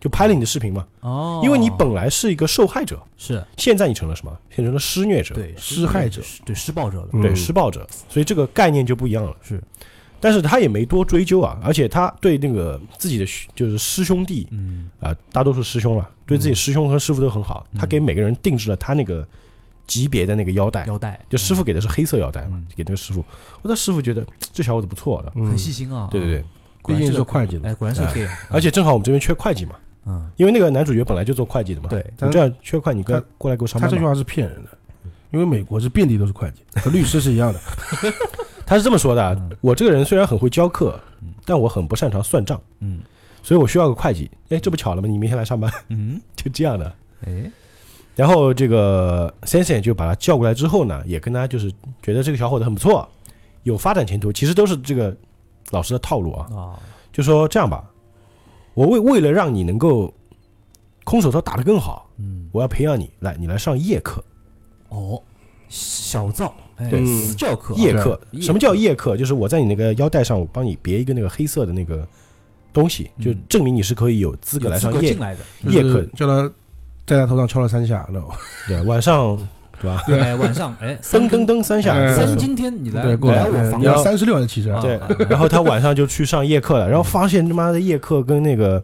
就拍了你的视频嘛。哦，因为你本来是一个受害者，是现在你成了什么？变成了施虐者，对施害者，对施暴者了，对嗯施暴者，所以这个概念就不一样了。是，但是他也没多追究啊，而且他对那个自己的兄就是师兄弟嗯啊、大多数师兄了，对自嗯己师兄和师傅都很好，他给每个人定制了他那个级别的那个腰带，腰带，就师傅给的是黑色腰带嘛嗯，给那个师傅，我的师傅觉得这小伙子不错的，嗯很，细心啊，对对对，果毕然竟是个，是会计的，哎，果然是个 gay，而且正好我们这边缺会计嘛，嗯，因为那个男主角本来就做会计的嘛，对你这样缺会计，你跟他过来给我上他班嗯这句吧。话是骗人的，因为美国是遍地都是会计，和律师是一样 的。他是这么说的啊嗯，我这个人虽然很会教课嗯，但我很不擅长算账，嗯所以我需要个会计。哎，这不巧了吗？你明天来上班， 嗯，就这样的。哎，然后这个 Sensei 就把他叫过来之后呢，也跟他就是觉得这个小伙子很不错，有发展前途。其实都是这个老师的套路啊，啊，就说这样吧，我为为了让你能够空手道打得更好，嗯，我要培养你，来，你来上夜课。哦，小灶，哎对私教课啊，夜课，对什么叫夜课？就是我在你那个腰带上，我帮你别一个那个黑色的那个东西，嗯就证明你是可以有资格来有资上格夜进。来的，就夜是课叫他在他头上敲了三下， 那对，晚上对吧？ 哎，晚上哎，噔噔噔，噔三下。嗯对三今天你来对过来，来哎我房你要间三十六还是七十？啊对，然后他晚上就去上夜课了，然后发现他妈的夜课跟那个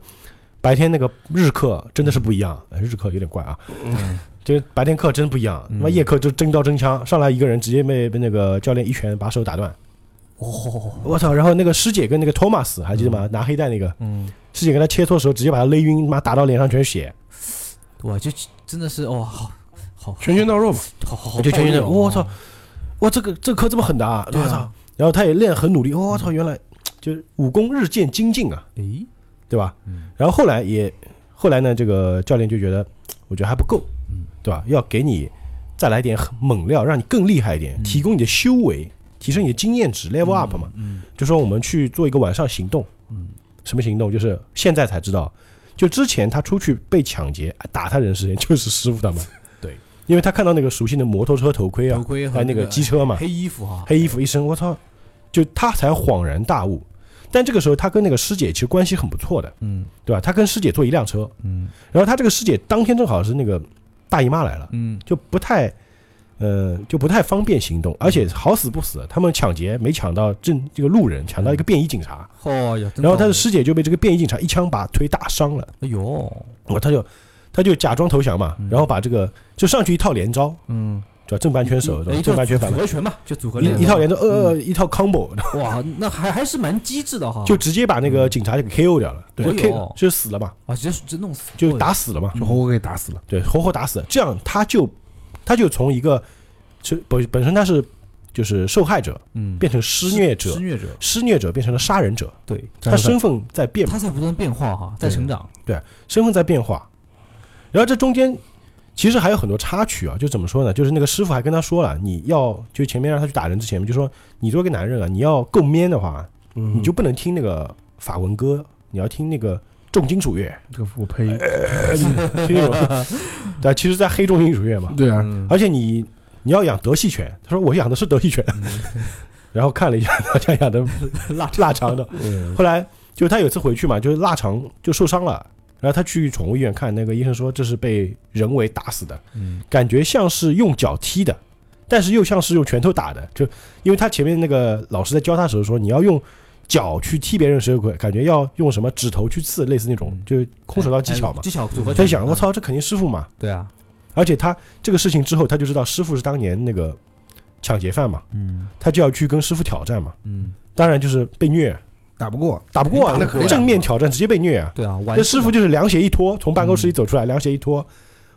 白天那个日课真的是不一样，哎日课有点怪啊， 嗯这白天课真不一样，他嗯妈夜课就真刀真枪，上来一个人直接被被那个教练一拳把手打断，哦，我操！然后那个师姐跟那个托马斯还记得吗？拿黑带那个嗯，师姐跟他切磋的时候，直接把他勒晕，妈打到脸上全是血，哇，就真的是哇，好好拳拳到肉嘛，好好好，就全身暴力哦我操，哇这个这个课这么狠的啊！对我啊操！然后他也练得很努力，我操！原来就是武功日渐精进啊，诶，对吧？嗯然后后来也，后来呢，这个教练就觉得，我觉得还不够，嗯，对吧？要给你再来点很猛料，让你更厉害一点，嗯提供你的修为，提升你的经验值，level up 嘛。嗯就说我们去做一个晚上行动，嗯，什么行动？就是现在才知道，就之前他出去被抢劫打他人时间，就是师傅他们，对，因为他看到那个熟悉的摩托车头盔啊头，盔还和有那个机车嘛，黑衣服啊，黑衣服一身，我操，就他才恍然大悟。但这个时候，他跟那个师姐其实关系很不错的，嗯对吧？他跟师姐坐一辆车，嗯然后他这个师姐当天正好是那个大姨妈来了，嗯，就不太，呃，就不太方便行动，而且好死不死，他们抢劫没抢到正这个路人，抢到嗯一个便衣警察，哦呀，真然后倒他的霉师姐就被这个便衣警察一枪把腿打伤了，哎呦，我他就他就假装投降嘛，然后把这个就上去一套连招，嗯，叫正半圈手，哎对吧正半圈反组半。合拳嘛，就组合一练一套连招，呃，一套 combo，哇，那还还是蛮机智的哈，就直接把那个警察就给 KO 掉了，对就嗯哎 K 呦嗯就死了嘛，啊，直接直接弄死，就打死了嘛，就活活给打死了。对，活活打死。这样他就他就从一个是本本身他是就是受害者嗯变成施虐者施，虐者，施虐者变成了杀人者，对他身份在变，他在不断变化哈，在成长，身份在变化。然后这中间其实还有很多插曲啊，就怎么说呢？就是那个师傅还跟他说了，你要就前面让他去打人之前，就说你作为一个男人啊，你要够 man 的话，嗯你就不能听那个法文歌，你要听那个重金属乐，这个我哎呸！听那种， 对，其实，在黑重金属乐嘛，对啊，嗯而且你你要养德系犬，他说我养的是德系犬，嗯 然后看了一下，好像 养的辣腊肠的。嗯后来就他有一次回去嘛，就是腊肠就受伤了，然后他去宠物医院看，那个医生说这是被人为打死的，嗯感觉像是用脚踢的，但是又像是用拳头打的，就因为他前面那个老师在教他的时候说你要用脚去踢别人时候，感觉要用什么指头去刺，类似那种嗯就是空手道技巧哎嘛。技巧组合拳。他就想，我操，这肯定师傅嘛。对啊，而且他这个事情之后，他就知道师傅是当年那个抢劫犯嘛，嗯他就要去跟师傅挑战嘛。嗯，当然就是被虐，打不过，打不过啊打得可以，啊正面挑战直接被虐啊。对啊，玩那师傅就是凉鞋一脱，从办公室里走出来，凉鞋一脱，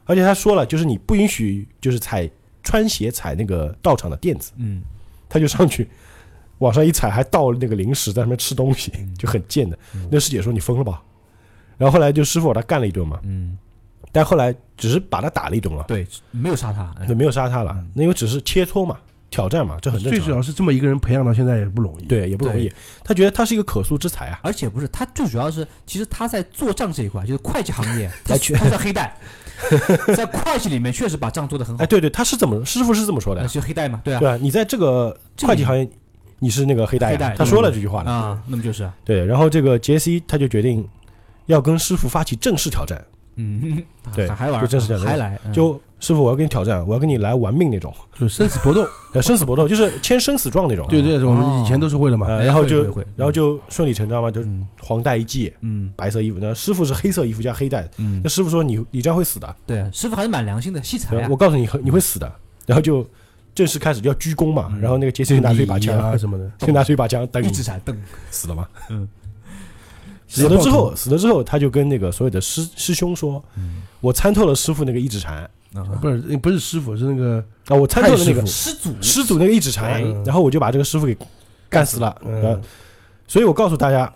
而且他说了，就是你不允许就是踩穿鞋踩那个道场的垫子，嗯他就上去往上一踩，还倒那个零食在那边吃东西，嗯就很贱的。那师姐说你疯了吧？然后后来就师傅把他干了一顿嘛，嗯，但后来只是把他打了一顿了，对，没有杀他，哎那没有杀他嗯了，那因为只是切磋嘛，挑战嘛，这很正最主常。要是这么一个人培养到现在也不容易。，对，也不容易。他觉得他是一个可塑之才啊，而且不是他最主要是，其实他在做账这一块，就是会 计行业，他哎确他是黑带， 在会计里面确实把账做得很好哎，，对对，他是怎么师傅是这么说的哦那，是黑带嘛，对啊对，吧？你在这个这个会计行业，你是那个黑带黑啊，带他说了这句话了。啊，那么就是啊，对，然后这个杰西他就决定要跟师傅发起正式挑战，嗯，对还还玩就正是这样还来，嗯就师傅我要跟你挑战，我要跟你来玩命那种，就生死搏斗，呃，生死 搏斗，就是签生死状那种。对对，我们以前都是会的嘛。呃，然后就哎会会会然后就顺理成章嘛，就嗯黄带一系，嗯白色衣服，那师傅是黑色衣服加黑带，嗯那，师傅说你你这样会死的，对啊，师傅还是蛮良心的，惜才对啊我，告诉你你会死的，然后就正式开始要鞠躬嘛，嗯然后那个杰西就拿出一把礼仪啊枪，什么的，就拿出一把枪，等一你直闪瞪，死了吗？嗯， 死了之后，死了之后，他就跟那个所有的师师兄说，我参透了师傅那个一指禅。啊不是不是师傅，是那个啊，我参透了那个太师师祖师祖那个一指禅嗯，然后我就把这个师傅给干死了。呃嗯，所以我告诉大家，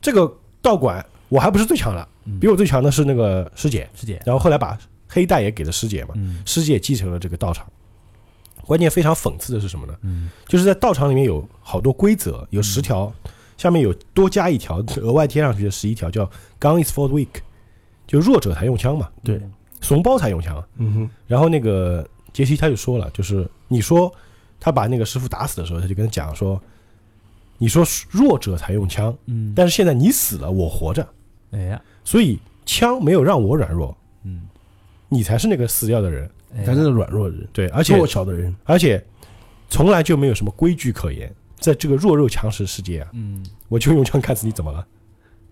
这个道馆我还不是最强的，嗯比我最强的是那个师姐。师姐，然后后来把黑带也给了师姐嘛，嗯师姐继承了这个道场。关键非常讽刺的是什么呢？嗯就是在道场里面有好多规则，有十条，下面有多加一条额外贴上去的十一条，叫 “gun is for the weak”，就弱者才用枪嘛，对，嗯怂包才用枪啊。嗯哼，然后那个杰西他就说了，就是你说他把那个师傅打死的时候，他就跟他讲说，你说弱者才用枪，嗯，但是现在你死了，我活着，哎呀，所以枪没有让我软弱，嗯，你才是那个死掉的人。哎呀他真的软弱的人，对，而且弱小的人，而且从来就没有什么规矩可言，在这个弱肉强食世界啊，嗯，我就用枪干死你，怎么了？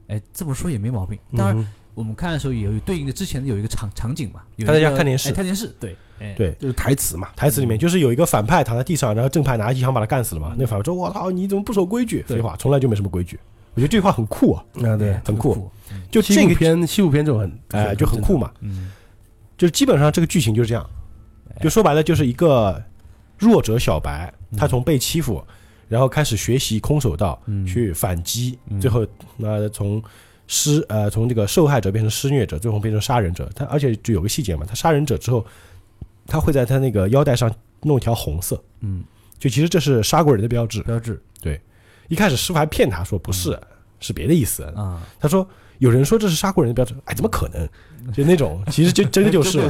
哎，这么说也没毛病，嗯当然。哼我们看的时候也有对应的之前有一个场场景嘛，有他在一个家看电视哎看电视，对，哎对就是台词嘛，嗯台词里面就是有一个反派躺在地上，然后正派拿一枪把他干死了嘛。那反派说：“我操，你怎么不守规矩？”对废话，从来就没什么规矩。我觉得这句话很酷啊，啊对，很酷，就就这西部个片西部片这种很哎就很酷嘛。嗯，哎就是基本上这个剧情就是这样，就说白了就是一个弱者小白，他从被欺负，然后开始学习空手道嗯去反击，嗯最后呃从施呃从这个受害者变成施虐者，最后变成杀人者。他而且就有个细节嘛，他杀人者之后，他会在他那个腰带上弄一条红色，嗯，就其实这是杀过人的标志。标志一开始师傅还骗他说不嗯是，是别的意思。啊，他说有人说这是杀过人的标志，哎，怎么可能？就那种，其实就真的就是嘛。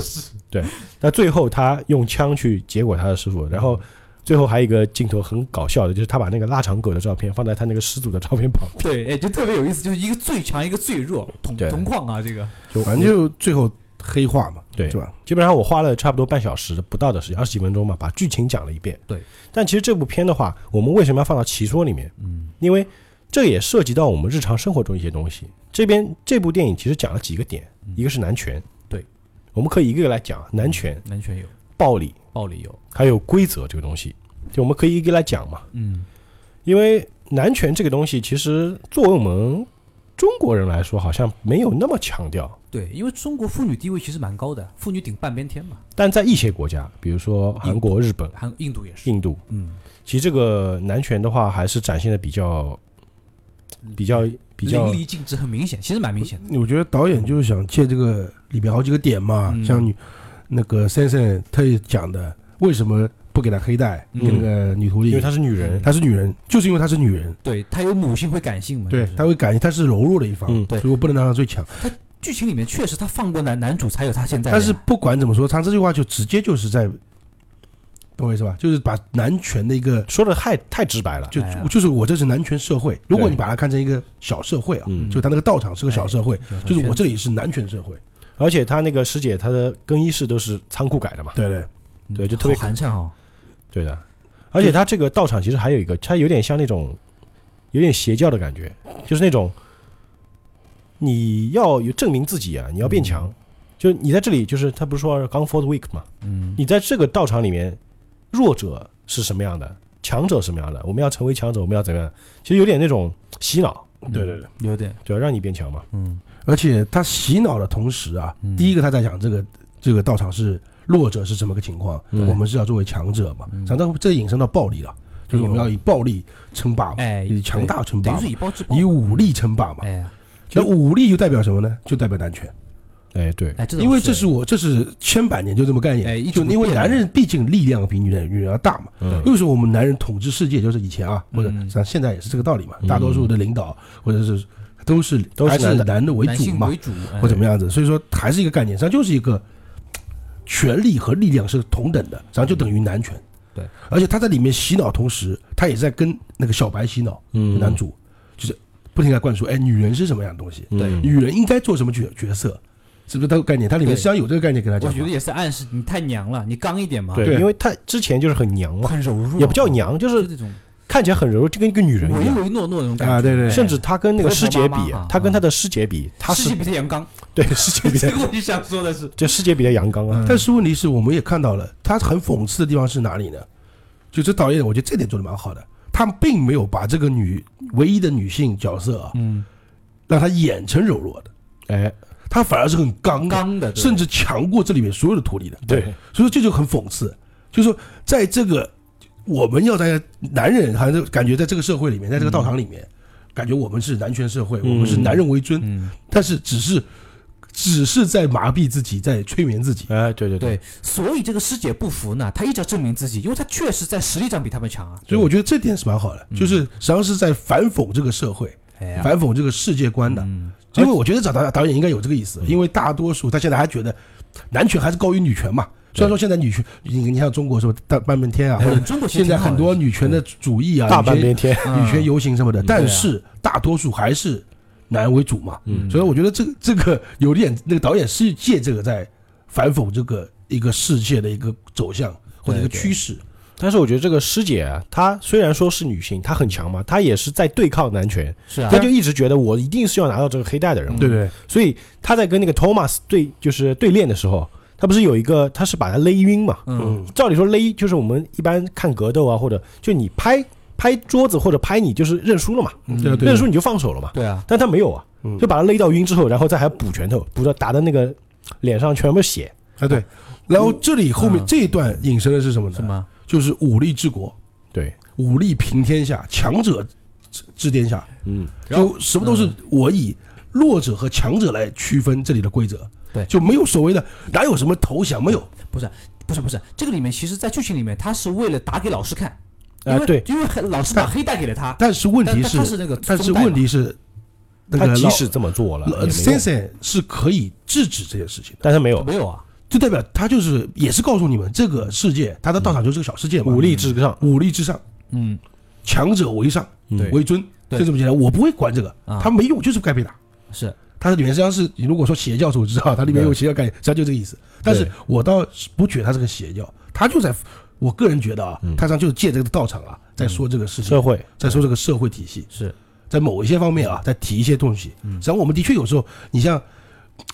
那最后他用枪去结果他的师傅，然后最后还有一个镜头很搞笑的，就是他把那个腊肠狗的照片放在他那个师祖的照片旁边，对，哎，就特别有意思，就是一个最强，一个最弱，同对同框啊，这个，就反正就最后黑化嘛，对是吧？基本上我花了差不多半小时不到的时间，二十几分钟吧，把剧情讲了一遍。对，但其实这部片的话，我们为什么要放到奇说里面？嗯因为这也涉及到我们日常生活中一些东西。这边这部电影其实讲了几个点，一个是男权，对，我们可以一个一个来讲男权、男权有，暴力，暴力有，还有规则这个东西，就我们可以一个一个来讲嘛。嗯，因为男权这个东西，其实作为我们中国人来说，好像没有那么强调，对，因为中国妇女地位其实蛮高的，妇女顶半边天嘛，但在一些国家，比如说韩国、日本、还有印度也是，印度，嗯，其实这个男权的话，还是展现的比较、比较、比较淋漓尽致，很明显，其实蛮明显的，我觉得导演就是想借这个里面好几个点嘛，嗯像女那个森森特意讲的，为什么不给她黑带，嗯给那个女徒弟？因为她是女人，她是女人，就是因为她是女人，对，她有母性，会感性嘛，对就是，她会感觉她是柔弱的一方，嗯对所以我不能让她最强。剧情里面确实她放过男男主才有她现在的但样子，是不管怎么说，她这句话就直接就是在，懂我意思吧？就是把男权的一个，说的太太直白了。就哎呀就是我这是男权社会。如果对你把它看成一个小社会啊，嗯就他那个道场是个小社会，小就是我圈子这里是男权社哎会，而且她那个师姐，她的更衣室都是仓库改的嘛，对对。对，就特嗯好别寒碜哦，对的。而且她这个道场其实还有一个，它有点像那种有点邪教的感觉，就是那种你要有证明自己啊，你要变强。就你在这里，就是他不是说 “gone for the weak” 嘛？嗯，你在这个道场里面，弱者是什么样的，强者是什么样的，我们要成为强者，我们要怎么样？其实有点那种洗脑，嗯对对对，有点，对吧？让你变强嘛。嗯而且他洗脑的同时啊，嗯第一个他在讲这个这个道场是弱者是什么个情况，嗯我们是要作为强者嘛，嗯强到这引申到暴力了，就是我们要以暴力称霸嘛，哎，以强大称霸等于嘛是，以暴制暴以，武力称霸嘛。哎呀那武力就代表什么呢？就代表男权，哎，对，哎，这种因为这是我这是千百年就这么概念，哎一直就不因为变的男人毕竟力量比女人女人要大嘛。嗯为什么我们男人统治世界？就是以前啊，或者嗯像现在也是这个道理嘛。嗯大多数的领导或者是都是都是还是男的男的为男主性嘛为，主，哎或怎么样子。所以说还是一个概念，实际上就是一个权力和力量是同等的，实际上就等于男权。嗯对，而且他在里面洗脑，同时他也在跟那个小白洗脑，嗯男主就是不停地在灌输，哎，女人是什么样的东西，嗯对女人应该做什么角角色，是不是？他有概念，它里面对实际上有这个概念给哎他我讲觉得嘛。也是暗示你太娘了，你刚一点嘛，对，因为他之前就是很娘 嘛，很柔弱，也不叫娘，就就是这种看起来很柔弱，就跟一个女人一唯样。唯诺诺那种感觉啊对对哎甚至他跟那个师姐婆婆比妈妈啊，他跟他的啊师姐比，他世界是比他阳 刚， 对师姐比这的， 个我就想说的是， 就师姐比的阳刚啊。但是问题是，我们也看到了，他很讽刺的地方是哪里呢？就这导演，我觉得这点做的蛮好的，他并没有把这个女唯一的女性角色啊，嗯，让她演成柔弱的，哎，她反而是很刚的，刚的，对甚至强过这里面所有的徒弟的。对，所以说这就很讽刺，就是说在这个我们要在男人还是感觉在这个社会里面，在这个道场里面，感觉我们是男权社会，嗯我们是男人为尊，嗯，但是只是只是在麻痹自己，在催眠自己。哎，对对对，所以这个师姐不服呢，她一直要证明自己，因为她确实在实力上比他们强 啊，所以我觉得这点是蛮好的，就是实际上是在反讽这个社会，嗯哎呀，反讽这个世界观的。嗯，因为我觉得找导导演应该有这个意思，因为大多数他现在还觉得男权还是高于女权嘛。虽然说现在女权，你你像中国什么大半边天啊，哎或者 中国其实现在挺好很的多女权的主义啊，大半女权边天，嗯女权游行什么的，对但啊是大多数还是男为主嘛。嗯所以我觉得这个 这个有点，那个导演是借这个在反讽这个一个世界的一个走向或者一个趋势。 但是我觉得这个师姐啊，她虽然说是女性，她很强嘛，她也是在对抗男权，是啊她，就一直觉得我一定是要拿到这个黑带的人嘛。对对，所以她在跟那个 Thomas 对就是对练的时候，她不是有一个，她是把他勒晕嘛。嗯，照理说勒就是我们一般看格斗啊，或者就你拍拍桌子或者拍你就是认输了嘛，嗯对对认输你就放手了嘛。对啊，但他没有啊嗯，就把他勒到晕之后，然后再还补拳头，补到打的那个脸上全部血。啊对。然后这里后面嗯这一段引申的是什么什呢？么？就是武力治国，对，武力平天下，强者治治天下，嗯，然后就什么都是我以弱者和强者来区分这里的规则。对就没有所谓的哪有什么投降，没有。不是不是不是，这个里面其实，在剧情里面，他是为了打给老师看，因啊为、对，因为黑老师把黑带给了他，但是问题但但他是那个但是中带嘛问题是，那他个即老使这么做了，也没用 Sensei 是可以制止这些事情的，但他没有没有啊，就代表他就是也是告诉你们，这个世界他的道场就是个小世界嘛，武力至上。武力至上，嗯，强者为上对为尊，对就这么简单。我不会管这个，啊他没用，就是该被打。是它里面实际上是，你如果说邪教组织啊，它里面有邪教概念，实际上就这个意思。但是对我倒是不觉得它是个邪教，它就在，我个人觉得啊，它实际上就是借这个道场啊，在说这个事情嗯社，会，在说这个社会体系。是，在某一些方面啊，在提一些东西。嗯实际上，我们的确有时候，你像，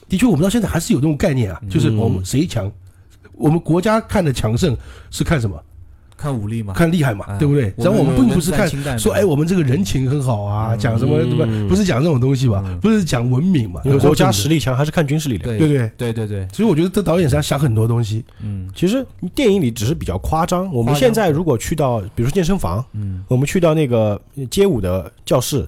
的确我们到现在还是有这种概念啊，嗯就是我们谁强，我们国家看的强盛是看什么？看武力嘛，看厉害嘛，哎对不对？我然后我们们并不是人看在清淡说，嘛哎，我们这个人情很好啊，讲什么嗯对吧？不是讲这种东西嗯吧？不是讲文明嘛？因为国家实是，力强还是看军事力量。对对不对？对对对，所以我觉得这导演实际上想很多东西，嗯其实电影里只是比较夸张。我们夸张现在如果去到，比如说健身房，嗯，我们去到那个街舞的教室，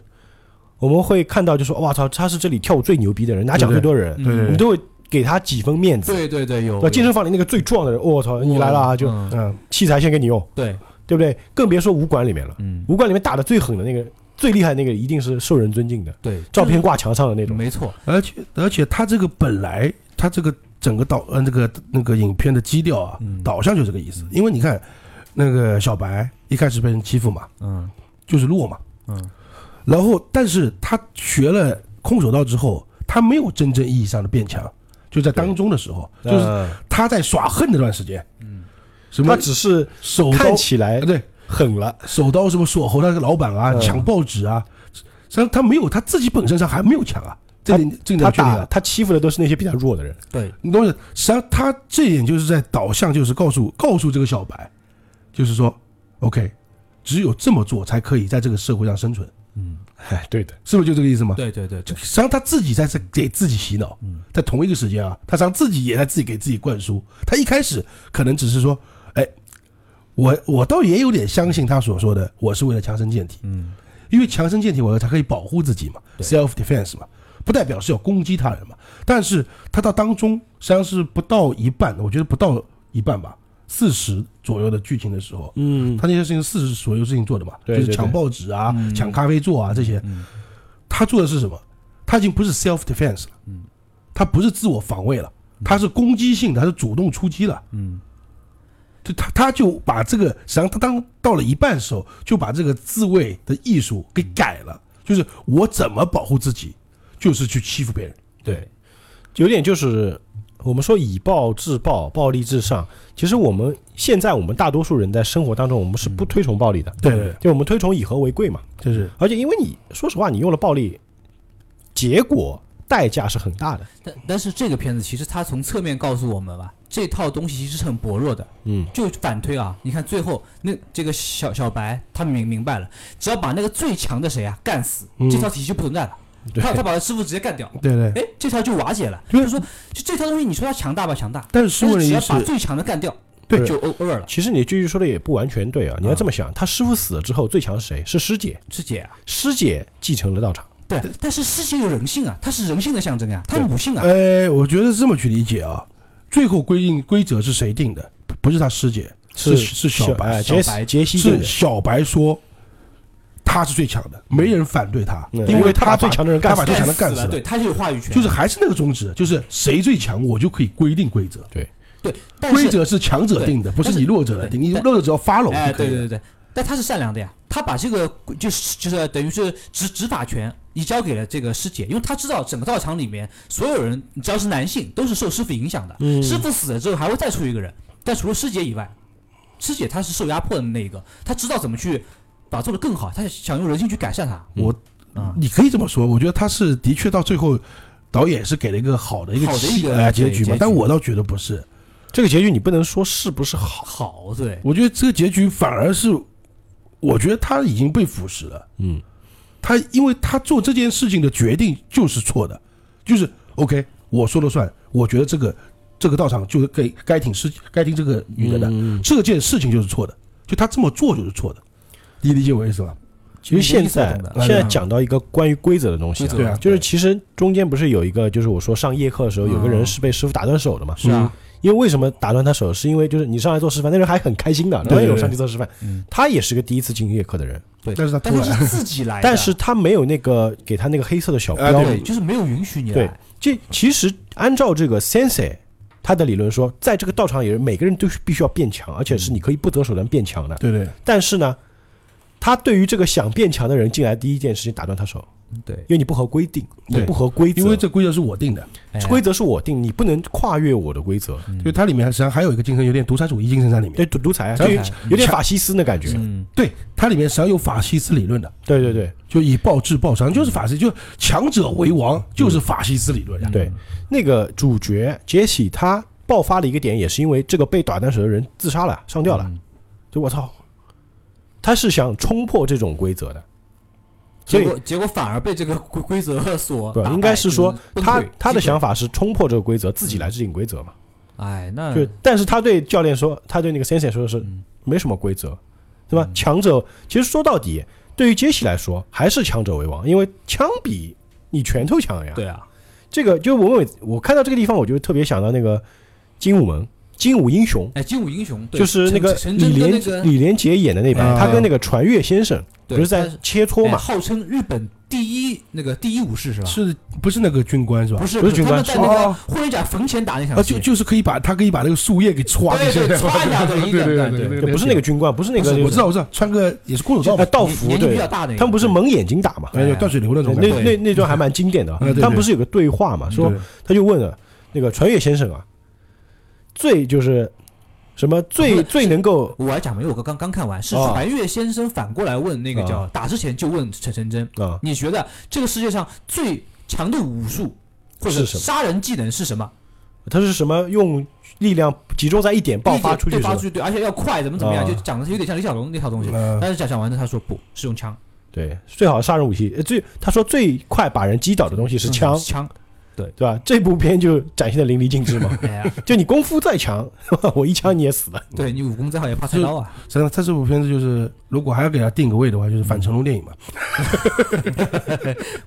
我们会看到就说，哇操，他是这里跳舞最牛逼的人，拿奖最多人，对对我对们对，都会给他几分面子。对对嗯对有对吧，健身房里那个最壮的人，我操，你来了啊，就嗯嗯，器材先给你用，对，对不对？更别说武馆里面了，嗯武馆里面打的最狠的那个、最厉害的那个，一定是受人尊敬的，对，照片挂墙上的那嗯种。没错，而且而且他这个本来他这个整个导呃那个那个影片的基调啊嗯，导向就这个意思，因为你看那个小白一开始被人欺负嘛，嗯就是弱嘛，嗯，然后，但是他学了空手道之后，他没有真正意义上的变强，就在当中的时候，就是呃他在耍横那段时间，嗯，啊什他么只是手刀看起来对狠了，手刀什么锁喉他的老板啊，嗯抢报纸啊，实际上他没有他自己本身上还没有抢啊，这点这点他要确定打啊。他欺负的都是那些比他弱的人，对，你懂我意思？实际上他这一点就是在导向，就是告诉告诉这个小白，就是说，OK，只有这么做才可以在这个社会上生存，嗯，哎，对的，是不是就这个意思吗？对对对对，实际上他自己在这给自己洗脑嗯，在同一个时间啊，他实际上自己也在自己给自己灌输。他一开始可能只是说，哎，我我倒也有点相信他所说的，我是为了强身健体，嗯，因为强身健体，我才可以保护自己嘛对，self defense 嘛，不代表是要攻击他人嘛。但是他到当中实际上是不到一半，我觉得不到一半吧，四十左右的剧情的时候，嗯，他那些事情四十左右事情做的嘛，对就是对抢对报纸啊、嗯抢咖啡座啊这些。嗯他做的是什么？他已经不是 self defense 了，嗯，他不是自我防卫了，他是攻击性的，他是主动出击了。嗯，就他他就把这个，实际上他当到了一半的时候，就把这个自卫的艺术给改了，就是我怎么保护自己，就是去欺负别人。对，有点就是我们说以暴制暴，暴力至上。其实我们现在我们大多数人在生活当中，我们是不推崇暴力的，对对，就我们推崇以和为贵嘛。就是而且因为你说实话，你用了暴力，结果代价是很大的。但但是这个片子其实它从侧面告诉我们吧，这套东西其实是很薄弱的。嗯，就反推啊，你看最后那这个小小白他明明白了，只要把那个最强的谁啊干死，嗯这套体系就不存在了。对他他把他师傅直接干掉，对对。哎，这套就瓦解了。对就是说，就这套东西，你说它强大吧，强大，但是是但问是只题要是把，最强的干掉，对就 over 了。其实你这句说的也不完全对啊。你要这么想，他师傅死了之后，最强是谁？是师姐，师姐啊，师姐继承了道场。对，但是师姐有人性啊，她是人性的象征啊，她母性啊，呃，我觉得是这么去理解啊，最后规定规则是谁定的？不不是他师姐，是是小白哎小杰白杰西定是的，小白说他是最强的，没人反对他，嗯因为他把把最强的人干他把死最强的干干死死了，对，她就有话语权，就是还是那个宗旨，就是谁最强，我就可以规定规则。对，对，但规是则是强者定的，不但是是你弱者来定。对你但弱者只要 follow 哎，就可对以对了。对对，但她是善良的呀，她把这个就是就是等于是执执法权移交给了这个师姐，因为她知道整个道场里面所有人只要是男性都是受师傅影响的，嗯师傅死了之后还会再出一个人，但除了师姐以外，师姐她是受压迫的那一个，她知道怎么去把做得更好，她想用人性去改善她。我啊，你可以这么说，我觉得他是的确到最后，导演是给了一个好的一个好的一起个哎对结局结嘛局，但我倒觉得不是，这个结局你不能说是不是好，好，对，我觉得这个结局反而是，我觉得他已经被腐蚀了。嗯，他因为他做这件事情的决定就是错的，就是 OK，我说了算，我觉得这个这个道场就是给该挺师该听这个女的的，嗯这件事情就是错的，就他这么做就是错的，你理解我意思吧？其实现你在理解我的嗯现在讲到一个关于规则的东西啊规则，对啊就是其实中间不是有一个，就是我说上夜课的时候，有个人是被师傅打断手的嘛？嗯是啊，因为为什么打断他手？是因为就是你上来做示范，那人还很开心的，对哎对呦对上去做示范嗯，他也是个第一次进夜课的人，对，但是他但突然是自己来的，但是嗯他没有那个给他那个黑色的小标哎，哎对，就是没有允许你对来，，这其实按照这个 sensei 他的理论说，在这个道场也是每个人都必须要变强，而且是你可以不择手段变强的。嗯对对但是呢，他对于这个想变强的人进来第一件事情打断他手，对因，为你不合规定，你对不合规则，因为这规则是我定的，哎规则是我定，你不能跨越我的规则。就它里面实际上还有一个精神，有点独裁主义精神在里面。对，独独裁啊，独就裁有有点法西斯的感觉。嗯，对，它里面实际上有法西斯理论的，对对对就以暴制暴，实际上就是法西，就强者为王，就是法西斯理论嗯呀。对，那个主角杰西他爆发的一个点，也是因为这个被打断手的人自杀了，上吊嗯了。就我操，他是想冲破这种规则的，所结以果结果反而被这个规规则所对吧打，败应该是说就是崩他溃他的击溃想法是冲破这个规嗯则，自己来制定规则嘛。哎，那就但是他对教练说，他对那个 sensei 说的是嗯没什么规则，对吧？强者其实说到底，对于杰西来说还是强者为王，因为枪比你拳头强呀。对啊，这个就我每我看到这个地方，我就特别想到那个精武门精武英雄，哎，精武英雄对就是那个陈陈李真跟那连个李连杰演的那版，啊他跟那个传月先生不对是在他是切磋哎嘛？号称日本第一那个第一武士是吧？是不是那个军官是吧？不是不是军他官呃们在那个哦霍元甲坟前打那场啊，戏就就是可以把他可以把那个树叶给歘对一下，对歘一下对对一点对干对对对，就不是那个军官，不是那不个是，就是我知道我知道，穿个也是骷髅罩啊嘛，道年服年纪比对较，大那个，他们不是对蒙眼睛打嘛？哎，有断水流那种对感那觉。那那段还蛮经典的啊嗯对，对他们不是有个对话嘛？说对他就问了那个传月先生啊，最就是什么最不是最能够我还讲没有，我刚刚看完是哦传月先生反过来问那个叫、哦打之前就问陈陈真，啊你觉得这个世界上最强的武术或者是什么杀人技能是什么？他是什么用力量集中在一点爆发出去对是发吧出？去，对，而且要快，怎么怎么样，啊就讲的是有点像李小龙那套东西。嗯但是讲讲完了，他说不是用枪，对，最好的杀人武器，呃最他说最快把人击倒的东西是枪嗯，枪。对吧？这部片就展现的淋漓尽致 嘛。哎 呀，就你功夫再强， 我一枪你也死了。对你武功再好也怕菜刀啊。实际上，他这部片子就是，如果还要给他定个位的话，就是反成龙电影嘛。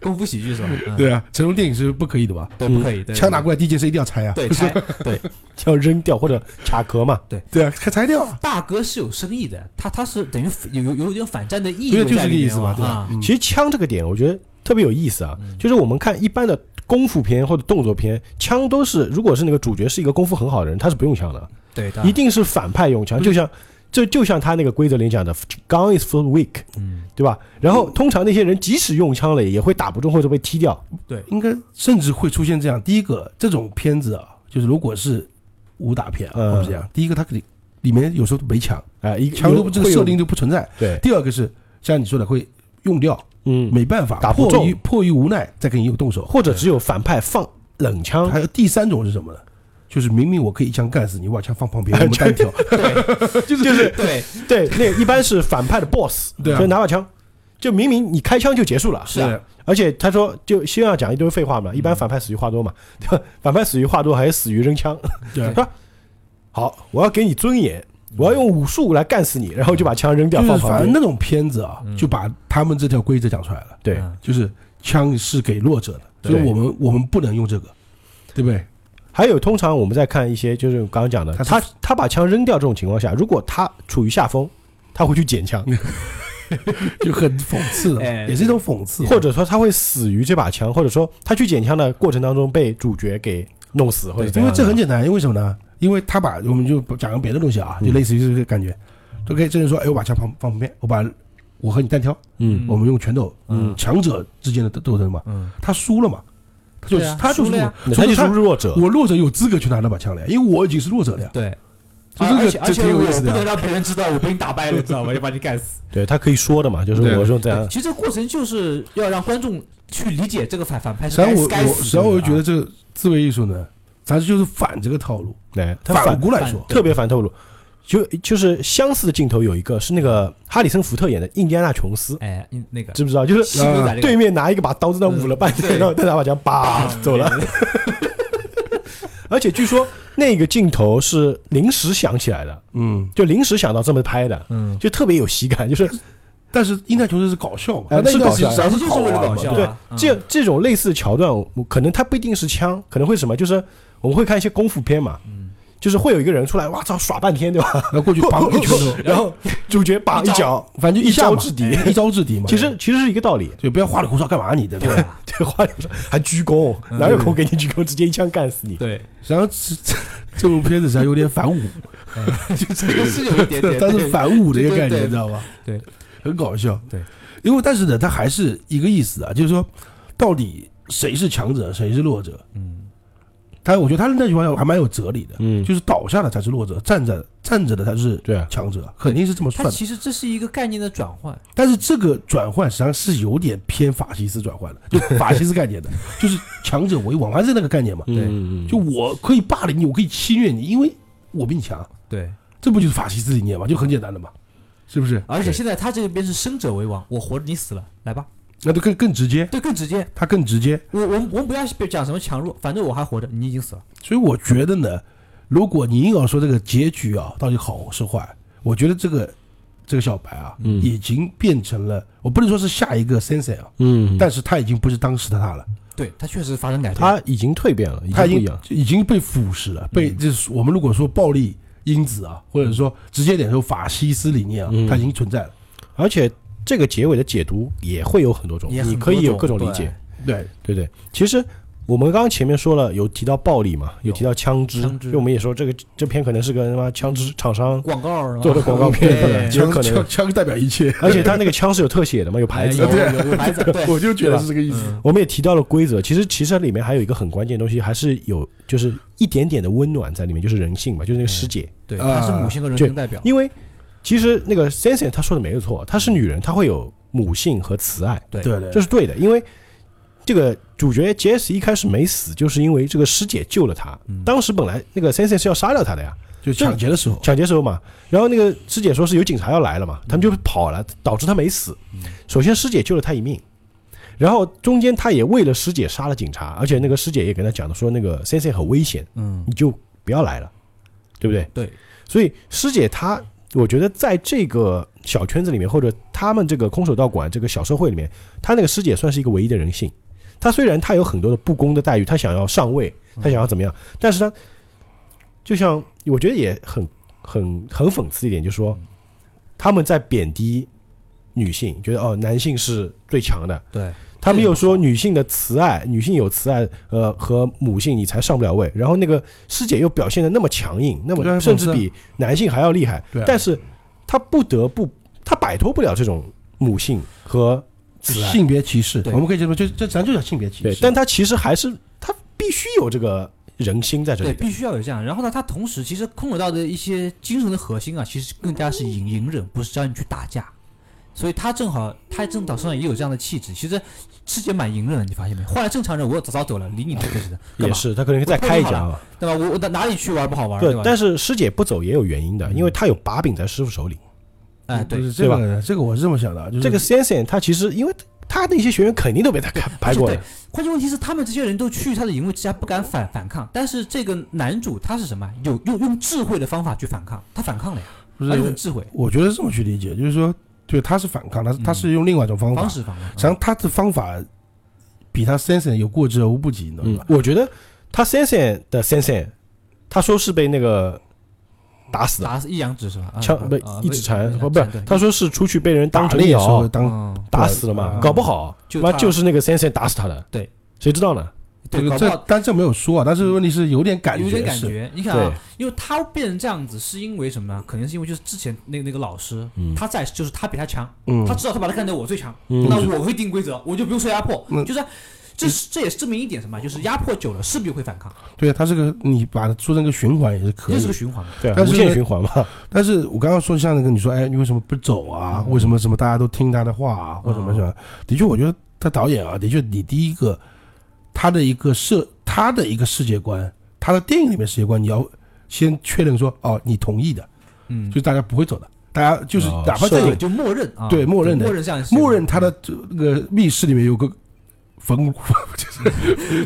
功夫喜剧是吧？嗯对啊，成龙电影是不可以的吧？对，不可以。对嗯枪拿过来第一件事一定要拆啊。对 拆。对，要扔掉或者卡壳嘛。对啊，拆拆掉啊。大哥是有深意的，他他是等于有有有点反战的意对味啊，就是在这个里意面思嘛，对吧啊？。嗯其实枪这个点，我觉得特别有意思嗯啊。就是我们看一般的功夫片或者动作片，枪都是如果是那个主角是一个功夫很好的人，他是不用枪的，对的一。定是反派用嗯枪。就像这就像他那个规则里讲的，gun is for the weak，嗯，对吧？然后通常那些人即使用枪了，也会打不中或者被踢掉。应该甚至会出现这样：第一个，这种片子啊，就是如果是武打片啊，嗯我们讲，第一个它里里面有时候没枪，哎，一枪都这个会有设定就不存在；对，第二个是像你说的会用掉，嗯，没办法，打不迫于中迫于无奈再跟你动手。或者只有反派放冷枪，还有第三种是什么呢？就是明明我可以一枪干死你，我把枪放旁边，我们单 挑。就是就是对，对，那一般是反派的 boss， 对啊就拿把枪，就明明你开枪就结束了，是啊，而且他说就先要讲一堆废话嘛，一般反派死于话多嘛，对吧？反派死于话多还是死于扔枪？对吧？好，我要给你尊严，我要用武术来干死你，然后就把枪扔掉就放是反旁正边。嗯那种片子啊，就把他们这条规则讲出来了，对，嗯就是枪是给弱者的，对所以我们我们不能用这个，对不对？ 还有通常我们在看一些就是我刚刚讲的，他是他他把枪扔掉这种情况下，如果他处于下风，他会去捡枪，就很讽刺的，哎也是一种讽刺。啊或者说他会死于这把枪，或者说他去捡枪的过程当中被主角给弄死，或者怎因为样这的很简单，因为什么呢？因为他把我们就讲个别的东西嗯啊，就类似于这个感觉，就可以这人说，哎，我把枪放放旁边，我把我和你单挑，嗯我们用拳头，嗯强者之间的斗斗争嘛，嗯，他输了嘛，他就对啊他就输了呀输嗯了他所以就是弱者，我弱者有资格去拿那把枪了呀，因为我已经是弱者了呀。对。就而这个而且而这挺且有我意思不的啊能让别人知道我被你打败了，知道吗？要把你干死。对他可以说的嘛，就是对我说这嗯对，样，其实这个过程就是要让观众去理解这个反反派是实际该上我死该我死实的。啊际上我就觉得这个自卫艺术呢，咱就是反这个套路，对，哎他反反过来说，特别反套路，就就是相似的镜头有一个是那个哈里森福特演的印第安纳琼斯， 哎，嗯那个知不知道？就是西部仔那个对面拿一个把嗯刀子那捂了半天，对然后再拿把 枪叭啊走了。而且据说那个镜头是临时想起来的，嗯，就临时想到这么拍的，嗯，就特别有喜感，就是但是英泰琼斯是搞笑嘛，哎那是搞是搞笑，笑咱其实就是为了搞笑啊对嗯这这种类似的桥段，我可能它不一定是枪，可能会什么，就是我们会看一些功夫片嘛，就是会有一个人出来，哇操，耍半天，对吧？然后过去绑一拳头，然后主角把一脚，反正就一下招嘛哎制敌。一招制敌嘛。其实其实是一个道理，就不要花里胡哨干嘛你的，对吧？对，花里胡哨还鞠躬，哪有空给你鞠躬？直接一枪干死你。 对，然后这这 这部片子实际上有点反武，这个是有一点点，但是反武的一个概对对念，对你知道吧？对，很搞笑。对，因为但是呢，它还是一个意思啊，就是说到底谁是强者，谁是弱者？嗯，他我觉得他那句话还蛮有哲理的，嗯就是倒下的才是弱者，站着站着的才是对啊，强者，肯定是这么它算的。其实这是一个概念的转换，但是这个转换实际上是有点偏法西斯转换的，就法西斯概 念的，就是强者为王，还是那个概念嘛。对嗯，就我可以霸凌你，我可以侵略你，因为我比你强，对。这不就是法西斯理念吗？就很简单的嘛，是不是？而且现在他这边是生者为王，我活着你死了，来吧，那就更更直接，对，更直接。他更直接。我我们我们不要别讲什么强弱，反正我还活着，你已经死了。所以我觉得呢，如果你硬要说这个结局啊到底好是坏，我觉得这个这个小白啊，嗯已经变成了我不能说是下一个 sensei 啊，嗯，但是他已经不是当时的他了，对他确实发生改变，他已经蜕变了，已他经不已一经样。嗯已经被腐蚀了，被就是我们如果说暴力因子啊，或者说直接点说法西斯理念啊，嗯它已经存在了。而且这个结尾的解读也会有很多种，也很你可以有多各种种理解。对，对对，其实我们刚刚前面说了，有提到暴力嘛，有提到枪支，枪支就我们也说这个这片可能是个他妈枪 支厂商广告是吧做的广告片，对有枪可能枪，枪代表一切，而且他那个枪是有特写的嘛，有牌子哎的。有有有牌子， 对，我就觉得是这个意思。嗯我们也提到了规则，其实其实里面还有一个很关键的东西，还是有就是一点点的温暖在里面，就是人性嘛，就是那个师姐，对，啊他是母性和人就性代表，因为其实那个 Sensei 她说的没有错，她是女人，她会有母性和慈爱，对对对，这是对的，因为这个主角 J.S. 一开始没死，就是因为这个师姐救了他。嗯当时本来那个 Sensei 是要杀掉他的呀，就抢劫的时候，抢劫时候嘛，然后那个师姐说是有警察要来了嘛，他们就跑了，导致他没死。首先师姐救了他一命，然后中间他也为了师姐杀了警察，而且那个师姐也跟他讲的说那个 Sensei 很危险，嗯，你就不要来了，对不对？对，所以师姐她，我觉得在这个小圈子里面，或者他们这个空手道馆这个小社会里面，她那个师姐算是一个唯一的人性。她虽然她有很多的不公的待遇，她想要上位，她想要怎么样，但是她就像我觉得也很很很讽刺一点，就是说他们在贬低女性，觉得哦男性是最强的，对，他们又说女性的慈爱，女性有慈爱，呃，和母性你才上不了位。然后那个师姐又表现的那么强硬，那对啊么甚至比男性还要厉害对啊。但是她不得不，她摆脱不了这种母性和慈爱。性别歧视，啊对我们可以这么就这咱就叫性别歧对视，。但她其实还是她必须有这个人心在这对，里必边。须要有这样。然后呢，他同时其实空手道的一些精神的核心啊，其实更加是隐隐忍，不是教你去打架。所以他正好，他正岛身上也有这样的气质。其实师姐蛮隐忍的，你发现没？换了正常人，我早早走了，理你这个事的，干也嘛？是，她可能再开一家啊。对吧？我我到哪里去玩不好玩？对嗯吧，？但是师姐不走也有原因的，因为她有把柄在师傅手里。哎，就对，是这个这个我是这么想的啊，就是这个 Sensen 他其实因为他的一些学员肯定都被他开排而且过对了。，关键问题是他们这些人都趋于他的淫威之下，不敢反反抗。但是这个男主他是什么？有用用智慧的方法去反抗，他反抗了呀，不而且很是，智慧，我觉得是这么去理解，就是说，对，他是反抗，他是他是用另外一种方法嗯方，式反抗。实际上他的方法比他 sense 有过之而无不及，你知道嗯吧？，我觉得他 Sensen 的 Sensen，他说是被那个打死的，打死一阳指是吧？啊枪不啊一指禅，被不不是被对，他说是出去被人当打成猎的时候鸟当嗯打死了嘛，嗯搞不好就妈他就是那个 Sensen 打死他的，对，谁知道呢？这对，个搞不这好，但这没有说啊，但是问题是有点感有点觉感是，觉。你看对啊，，因为他变成这样子，是因为什么呢？肯定是因为就是之前那那个老师，嗯他在就是他比他强，嗯他，知道他把他干掉我最强，嗯那我会定规则，我就不用受压迫嗯，就是。这是这也是证明一点什么？啊就是压迫久了，势必会反抗，对啊，他这个你把它做成个循环也是可这以是的个。循环。对啊，但无是限呢循环嘛，但是我刚刚说像那个你说，哎，你为什么不走啊？为什么什么大家都听他的话啊，或者什么什么？的确，我觉得他导演啊，的确，你第一个他的一个设他的一个世界观，他的电影里面世界观，你要先确认说，哦，你同意的，嗯，就是大家不会走的，大家就是哦哪怕设在定你对，就默认啊，对默认的默认这样的事情，默认他的这个密室里面有个 焚就是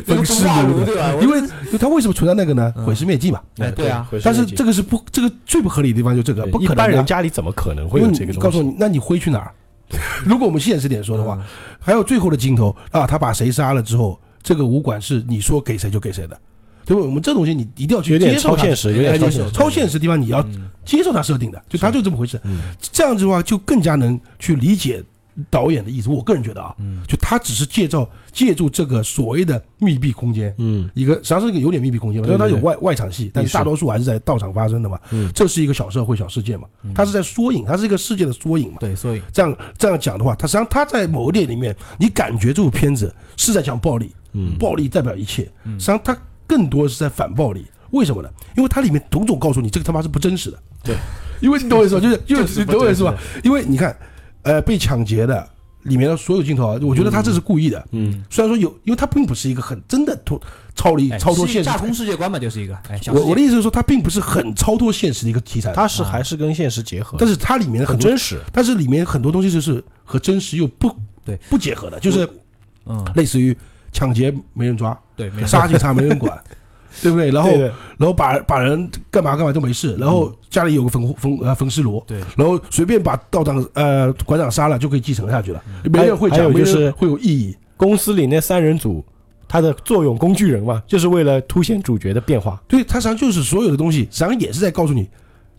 这焚个尸风化炉炉的，对吧？因为因为他为什么存在那个呢？嗯毁尸灭迹嘛。哎对啊回收但是机这个是不，这个最不合理的地方就这个，对不一可能的般人家里怎么可能会因有为这个你东告诉西？嗯你，那你挥去哪儿？ 如果我们现实点说的话，嗯还有最后的镜头啊，他把谁杀了之后，这个武馆是你说给谁就给谁的，对吧？我们这东西你一定要去有点接受超它现实，有哎点超就是现实。超现实的地方你要嗯接受他设定的，就他就这么回事嗯。这样子的话，就更加能去理解导演的意思。我个人觉得啊，嗯就他只是借照借助这个所谓的密闭空间，嗯，一个实际上是一个有点密闭空间嘛，对对虽然它有对外外场戏，但是是大多数还是在道场发生的嘛。嗯这是一个小社会、小世界嘛，它是在缩影，它是一个世界的缩影嘛。对，所以这样这样讲的话，它实际上它在某一点里面，你感觉这部片子是在讲暴力，嗯暴力代表一切，实际上它更多是在反暴力。为什么呢？因为它里面种种告诉你，这个他妈是不真实的。对，因为你懂我意思吧？就是就就是是不懂我意真思实吧？因为你看，呃，被抢劫的里面的所有镜头啊，我觉得他这是故意的。嗯，虽然说有，因为它并不是一个很真的脱超离哎超脱是一现个实架。空世界观嘛，就是一个哎，小我世界我的意思是说，它并不是很超脱现实的一个题材，它是还是跟现实结合的，但是它里面很很多，真实。但是里面很多东西就是和真实又不对不结合的，就是嗯，类似于抢劫没人 抓，对，没错，杀警察没人管，对不对？然后对对嗯然后把把人干嘛干嘛都没事，然后家里有个焚焚呃焚尸炉，对然后随便把道长呃馆长杀了就可以继承下去了，没人会嗯还有讲，没就是人会有异议。公司里那三人组，它的作用工具人嘛，就是为了凸显主角的变化。对，它实际上就是所有的东西，实际上也是在告诉你，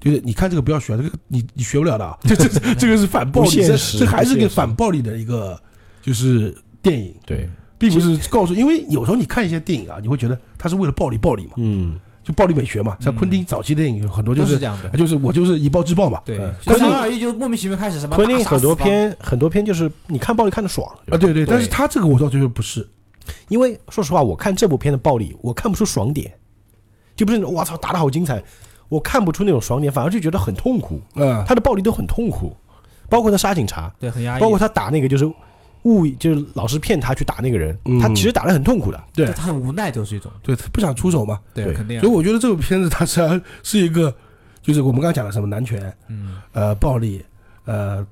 就是你看这个不要学，这个你你学不了的啊，这这这这个是反暴不力，现这实这还是不个现实反暴力的一个就是电影。对，并不是告诉，因为有时候你看一些电影啊，你会觉得他是为了暴力暴力嘛，嗯，就暴力美学嘛。像昆汀早期电影有很多就都是是这样的。就是我就是以暴制暴嘛。对嗯，就昆汀三二一就莫名其妙开始什么昆打汀杀很多死方片很多片就是你看暴力看的爽啊，对对，但是对他这个我倒觉得不是，因为说实话，我看这部片的暴力，我看不出爽点，就不是那种哇操打的好精彩，我看不出那种爽点，反而就觉得很痛苦。啊，他的暴力都很痛苦，包括他杀警察，对，很压抑。包括他打那个就是误以就是老师骗他去打那个人，嗯他其实打的很痛苦的。对他很无奈，都是一种对他不想出手嘛，对肯定啊所以。我觉得这部片子它是是一个，就是我们刚刚讲的什么男权，嗯，呃，暴力，呃，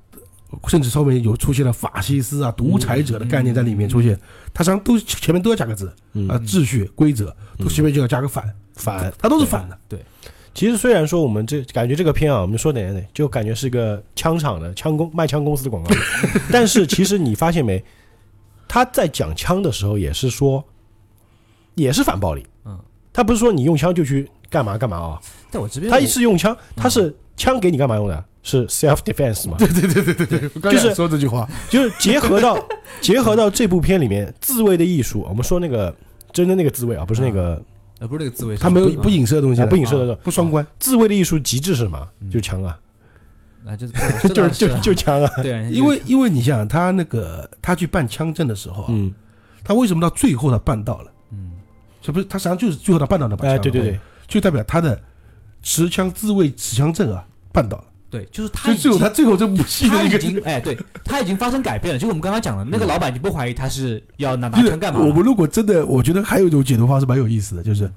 甚至后面有出现了法西斯啊、独裁者的概念在里面出现，它实际上都前面都要加个字嗯啊，秩序、规则，都嗯前面就要加个反，反，它都是反的，对，其实虽然说我们这感觉这个片啊，我们说点点，就感觉是个枪厂的枪公卖枪公司的 广告，但是其实你发现没，他在讲枪的时候也是说，也是反暴力，嗯，他不是说你用枪就去干嘛干嘛啊，在我这边他我是用枪，嗯他是枪给你干嘛用的？是 self defense 嘛？就就是说这句话，就是结合到 结合到这部片里面自卫的艺术，我们说那个真的那个自卫啊，不是那嗯个呃不是那个滋味，它没有嗯不影射的东西啊的，不影射的不双关，自卫的艺术极致是什么？嗯就是枪啊，啊， 就是就是是就就枪啊，对，因为因为你想他那个他去办枪证的时候啊，嗯，他为什么到最后他办到了？嗯这不是他实际上就是最后他办到了把枪，哎，对对对，，就代表他的持枪自卫持枪证啊办到了。对，就是他就已只有经他最后这部戏他的一已个经哎，对他已经发生改变了，就我们刚刚讲的那个老板已经不怀疑他是要拿拿就是枪干嘛我了，们如果真的，我觉得还有一种解读方式蛮有意思的，就是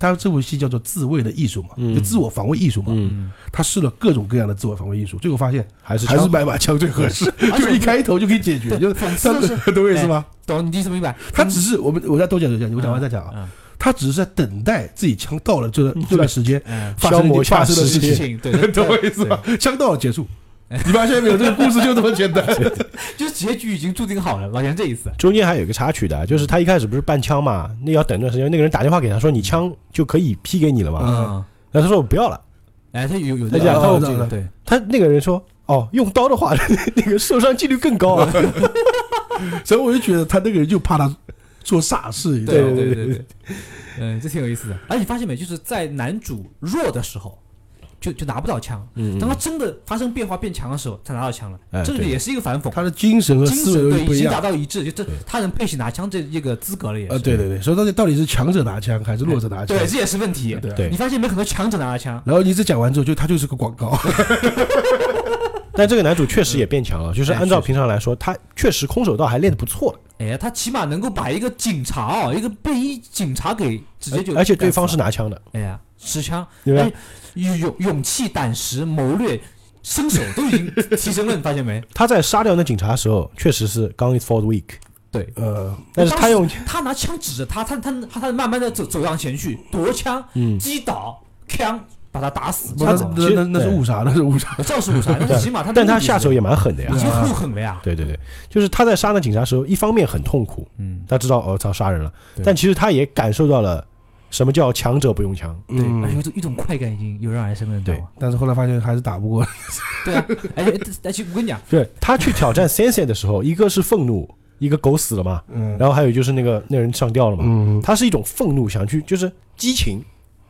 他这部戏叫做自卫的艺术嘛，嗯就自我防卫艺术嘛。嗯，嗯，他试了各种各样的自我防卫艺术，最后发现还是还枪是买把枪最合适，嗯而 就且一开头就可以解决，对就是讽他刺的是， 懂我意思吗？懂你意思明白？他只是我们我再多讲一讲，我讲完再讲啊。嗯他只是在等待自己枪到了这 段这段时间 嗯，发生消磨一下发生的时事间情事，情对，对 懂我意思吗？枪到了结束，你发现没有？这个故事就这么简 单。就是结局已经注定好了，老钱这一次，中间还有一个插曲的，啊就是他一开始不是搬枪嘛，那要等段时间，那个人打电话给他说你枪就可以批给你了嘛，嗯嗯，然后他说我不要了，哎，他有有他这讲个他有这个对，他那个人说哦，用刀的话 那个受伤几率更高啊，所以我就觉得他那个人就怕他做傻事，你知道对吗？对对对， 嗯，这挺有意思的。而且你发现没，就是在男主弱的时候，就就拿不到枪。嗯当他真的发生变化变强的时候，他拿到枪了哎，这个对也是一个反讽，他的精神和精思神维对不已一经达样。到一致，就这他能配起拿枪这一个资格了，也啊，是。对对对，所以到底到底是强者拿枪还是弱者拿枪？对，这也是问题。对啊对你发现没，很多强者拿了枪，然后你这讲完之后，就他就是个广告，但这个男主确实也变强了，就是按照平常来说，他确实空手道还练得不错了，哎，他起码能够把一个警察哦，一个被一警察给直接就，而且对方是，拿枪的，哎呀，持枪，对吧哎？勇勇气、胆识、谋略、身手都已经提升了，你发现没？他在杀掉那警察的时候，确实是 gun is for the weak，对，呃，但是他用他拿枪指着他，他他他他慢慢的走走上前去，夺枪、嗯击倒、枪把他打死，不这那样子嘛其那实那那是误杀，那是误杀。这是误杀，但是起码他但他目的下是手也嗯蛮狠的呀已。经够狠了啊呀。对对对，就是他在杀那警察的时候，一方面很痛苦，嗯，他知道哦操杀人了，对但其实他也感受到了什么叫强者不用枪。对，而且嗯，有一种一种快感已经油然而生了，你知道吗？但是后来发现还是打 不过，对啊，而且而且我跟你 讲，对他去挑 战 Sensei 的时候，一个是愤怒，一个狗死了嘛，嗯然后还有就是那个那人上吊了嘛，嗯，他是一种愤怒，想去就是激情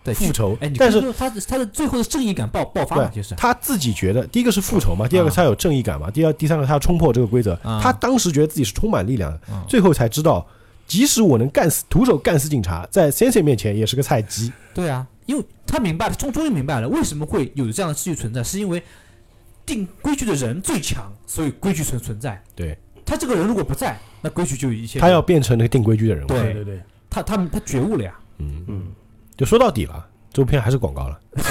对，复仇哎，你，但是看他的他的最后的正义感爆爆发嘛，就是嗯他自己觉得，第一个是复仇嘛，第二个他有正义感嘛，第二第三个他要冲破这个规则，啊他当时觉得自己是充满力量的嗯，最后才知道，即使我能干死徒手干死警察，在 Sensei 面前也是个菜鸡。对啊，因为他明白，终终于明白了为什么会有这样的秩序存在，是因为定规矩的人最强，所以规矩存存在。对他这个人如果不在，那规矩就有一切。他要变成那个定规矩的人物。对对对，他他他觉悟了呀！嗯，嗯，就说到底了，这部片还是广告了。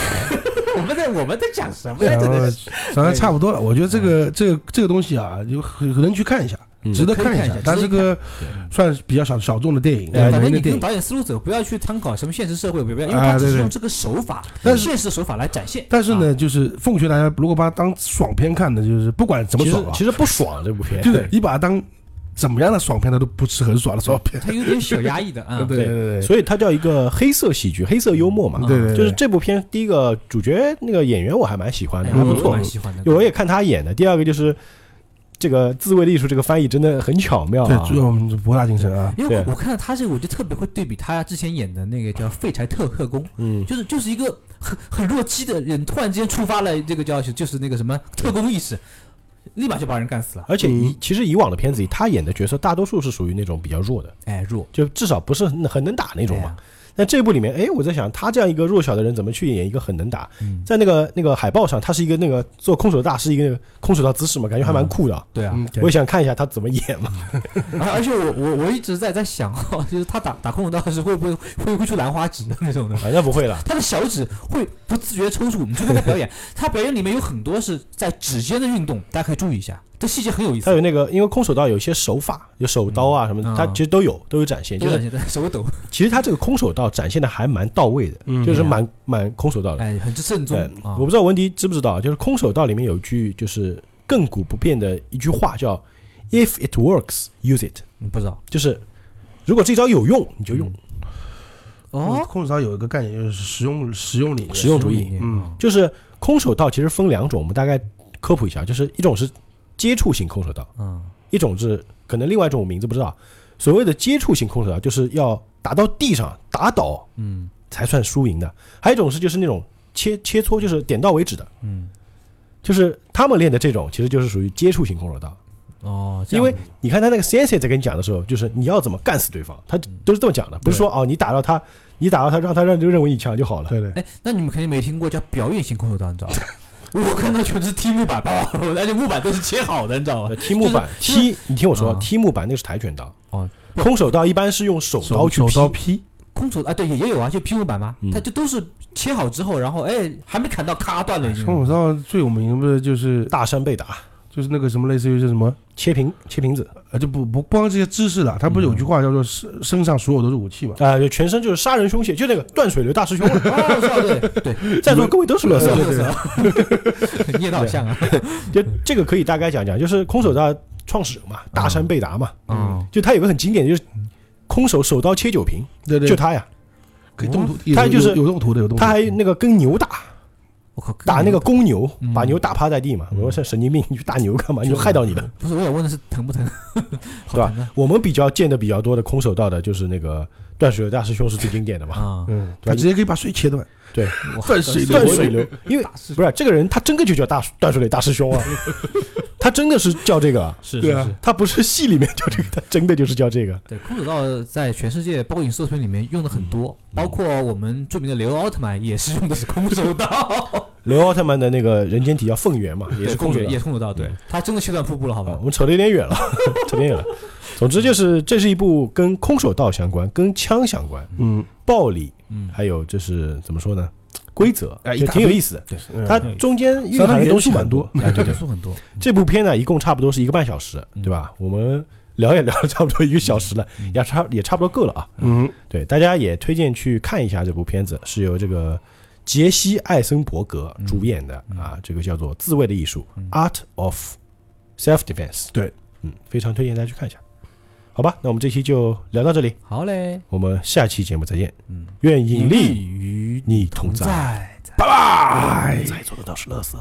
我们在我们在讲什么呀？然真后的是反正差不多了。我觉得这个这个这个东西啊，有很可能去看一下，嗯值得可以看一一下下。它是值得个算是比较小小众的电影，哎反正文艺的你电跟影。导演思路走，不要去参考什么现实社会，不要，因为啊他只对是对用这个手法，但是现实手法来展现。但是啊，呢，就是奉劝大家，如果把它当爽片看的，就是不管怎么其实爽啊，其实不爽这部片，就是你把它当怎么样的爽片，它都不是很爽的爽片。。啊他有点小压抑的啊对对所以它叫一个黑色喜剧、黑色幽默嘛。啊对对，就是这部片，第一个主角那个演员我还蛮喜欢哎的，呀还不我错蛮。喜欢的。我也看他演的。第二个就是这个自卫的艺术这个翻译真的很巧妙哦对，啊主。要我们博大精深啊，因为对我看到他这个，我就特别会对比他之前演的那个叫《废柴特特工》，嗯，就是就是一个很很弱鸡的人，突然之间触发了这个叫就是那个什么特工意识，立马就把人干死了。而且以其实以往的片子里，他演的角色大多数是属于那种比较弱的，哎，弱哎就至少不是很很能打那那种嘛。，那这部里面，哎，我在想，他这样一个弱小的人，怎么去演一个很能打？嗯，在那个那个海报上，他是一个那个做空手道，是一个那个空手道姿势嘛，感觉还蛮酷的啊。对啊。嗯，我也想看一下他怎么演嘛。 而而且我我我一直在在想哦， 就是他打打空手道时会不会会会出兰花指的那种的？啊，那不会了，他的小指会不自觉抽搐，你去看他表演，他表演里面有很多是在指尖的运动，大家可以注意一下，这细节很有意 他思。有那个，因为空手道有一些手法，有手刀啊什么的，嗯他其实都有都有展现。就多展是现在手 抖，其实他这个空手道展现的还蛮到位的，嗯就是蛮蛮空手道的。哎，很慎重对，啊我。不知道文迪知不知道啊，就是空手道里面有一句就是亘古不变的一句话叫 “If it works, use it”，你不知道就是如果这招有用，你就用。嗯，空手道有一个概念就是实用实用理念，实用主义嗯，就是空手道其实分两种，我们大概科普一下，就是一种是接触型空手道，嗯，一种是可能另外一种我名字不知道。所谓的接触型空手道，就是要打到地上打倒，嗯才算输赢的；还有一种是就是那种切切磋，就是点到为止的，嗯，就是他们练的这种，其实就是属于接触型空手道。哦，这因样为子你看他那个 sensei 在跟你讲的时候，就是你要怎么干死对方，他嗯都是这么讲的，不是说哦你打到他，你打到他让他让就认为你强就好了。对对，哎，那你们肯定没听过叫表演型空手道，你知道吧？ 我看到全是踢木板，啪啪啪而且木板都是切好的，你知道吧呃？踢木板，就是踢你听我说，啊踢木板那是跆拳道，哦，空手道一般是用手刀去手劈，刀劈，嗯空手啊，对，也也有啊，就劈木板嘛嗯，它就都是切好之后，然后哎，还没砍到，咔断了已经。空手道最有名的就是大扇被打，就是那个什么类似于是什么切瓶切瓶子呃，就不不光这些知识了，他不是有句话叫做“身身上所有都是武器”嘛？啊，就全身就是杀人凶器，就那个断水流大师兄， 啊哦， 我知道， 对对，在座各位都是乐色。对对 对，捏到像啊，就这个可以大概讲讲，就是空手道创始人嘛，大山贝达嘛，嗯，就他有个很经典的就是空手手刀切酒瓶，对对就他呀，可以动图，他有就是有有动图的，有动图。他还嗯那个跟牛打，我靠，打那个公牛，嗯把牛打趴在地嘛。我说这神经病，你去打牛干嘛？你就害到你了，不是，我想问的是疼 不疼？好对吧疼啊！我们比较见的比较多的空手道的就是那个断水流大师兄是最经典的嘛，啊，嗯，对吧他直接可以把水切断， 哇断水流断水 流，因为不是这个人，他真的就叫大断水流大师兄 啊，他真的是叫这个啊，是对是啊是，他不是戏里面叫这个，他真的就是叫这个。对，空手道在全世界包括影视作品里面用的很多，嗯包括我们著名的雷欧奥特曼也是用的是空手道，雷欧奥特曼的那个人间体叫凤元嘛， 也是空手对道嗯也。是空手道，对，他真的切断瀑布了，好啊吧我？们扯得有点远了， 扯得有点远了。总之就是这是一部跟空手道相关、跟枪相关、嗯，暴力嗯，还有就是怎么说呢？规则哎一也大挺有堆意思的。嗯它中间蕴含的东西很多。哎，对对元。素很多，这部片呢，一共差不多是一个半小时，对吧？我们聊也聊了差不多一个小时了，也差也差不多够了啊。嗯，对，大家也推荐去看一下这部片子，是由这个杰西·艾森伯格主演的啊，这个叫做《自卫的艺术》（Art of Self Defense）。对，嗯，非常推荐大家去看一下。好吧，那我们这期就聊到这里，好嘞，我们下期节目再见。嗯，愿引力与与你同在。在。拜拜。在座的都是乐色。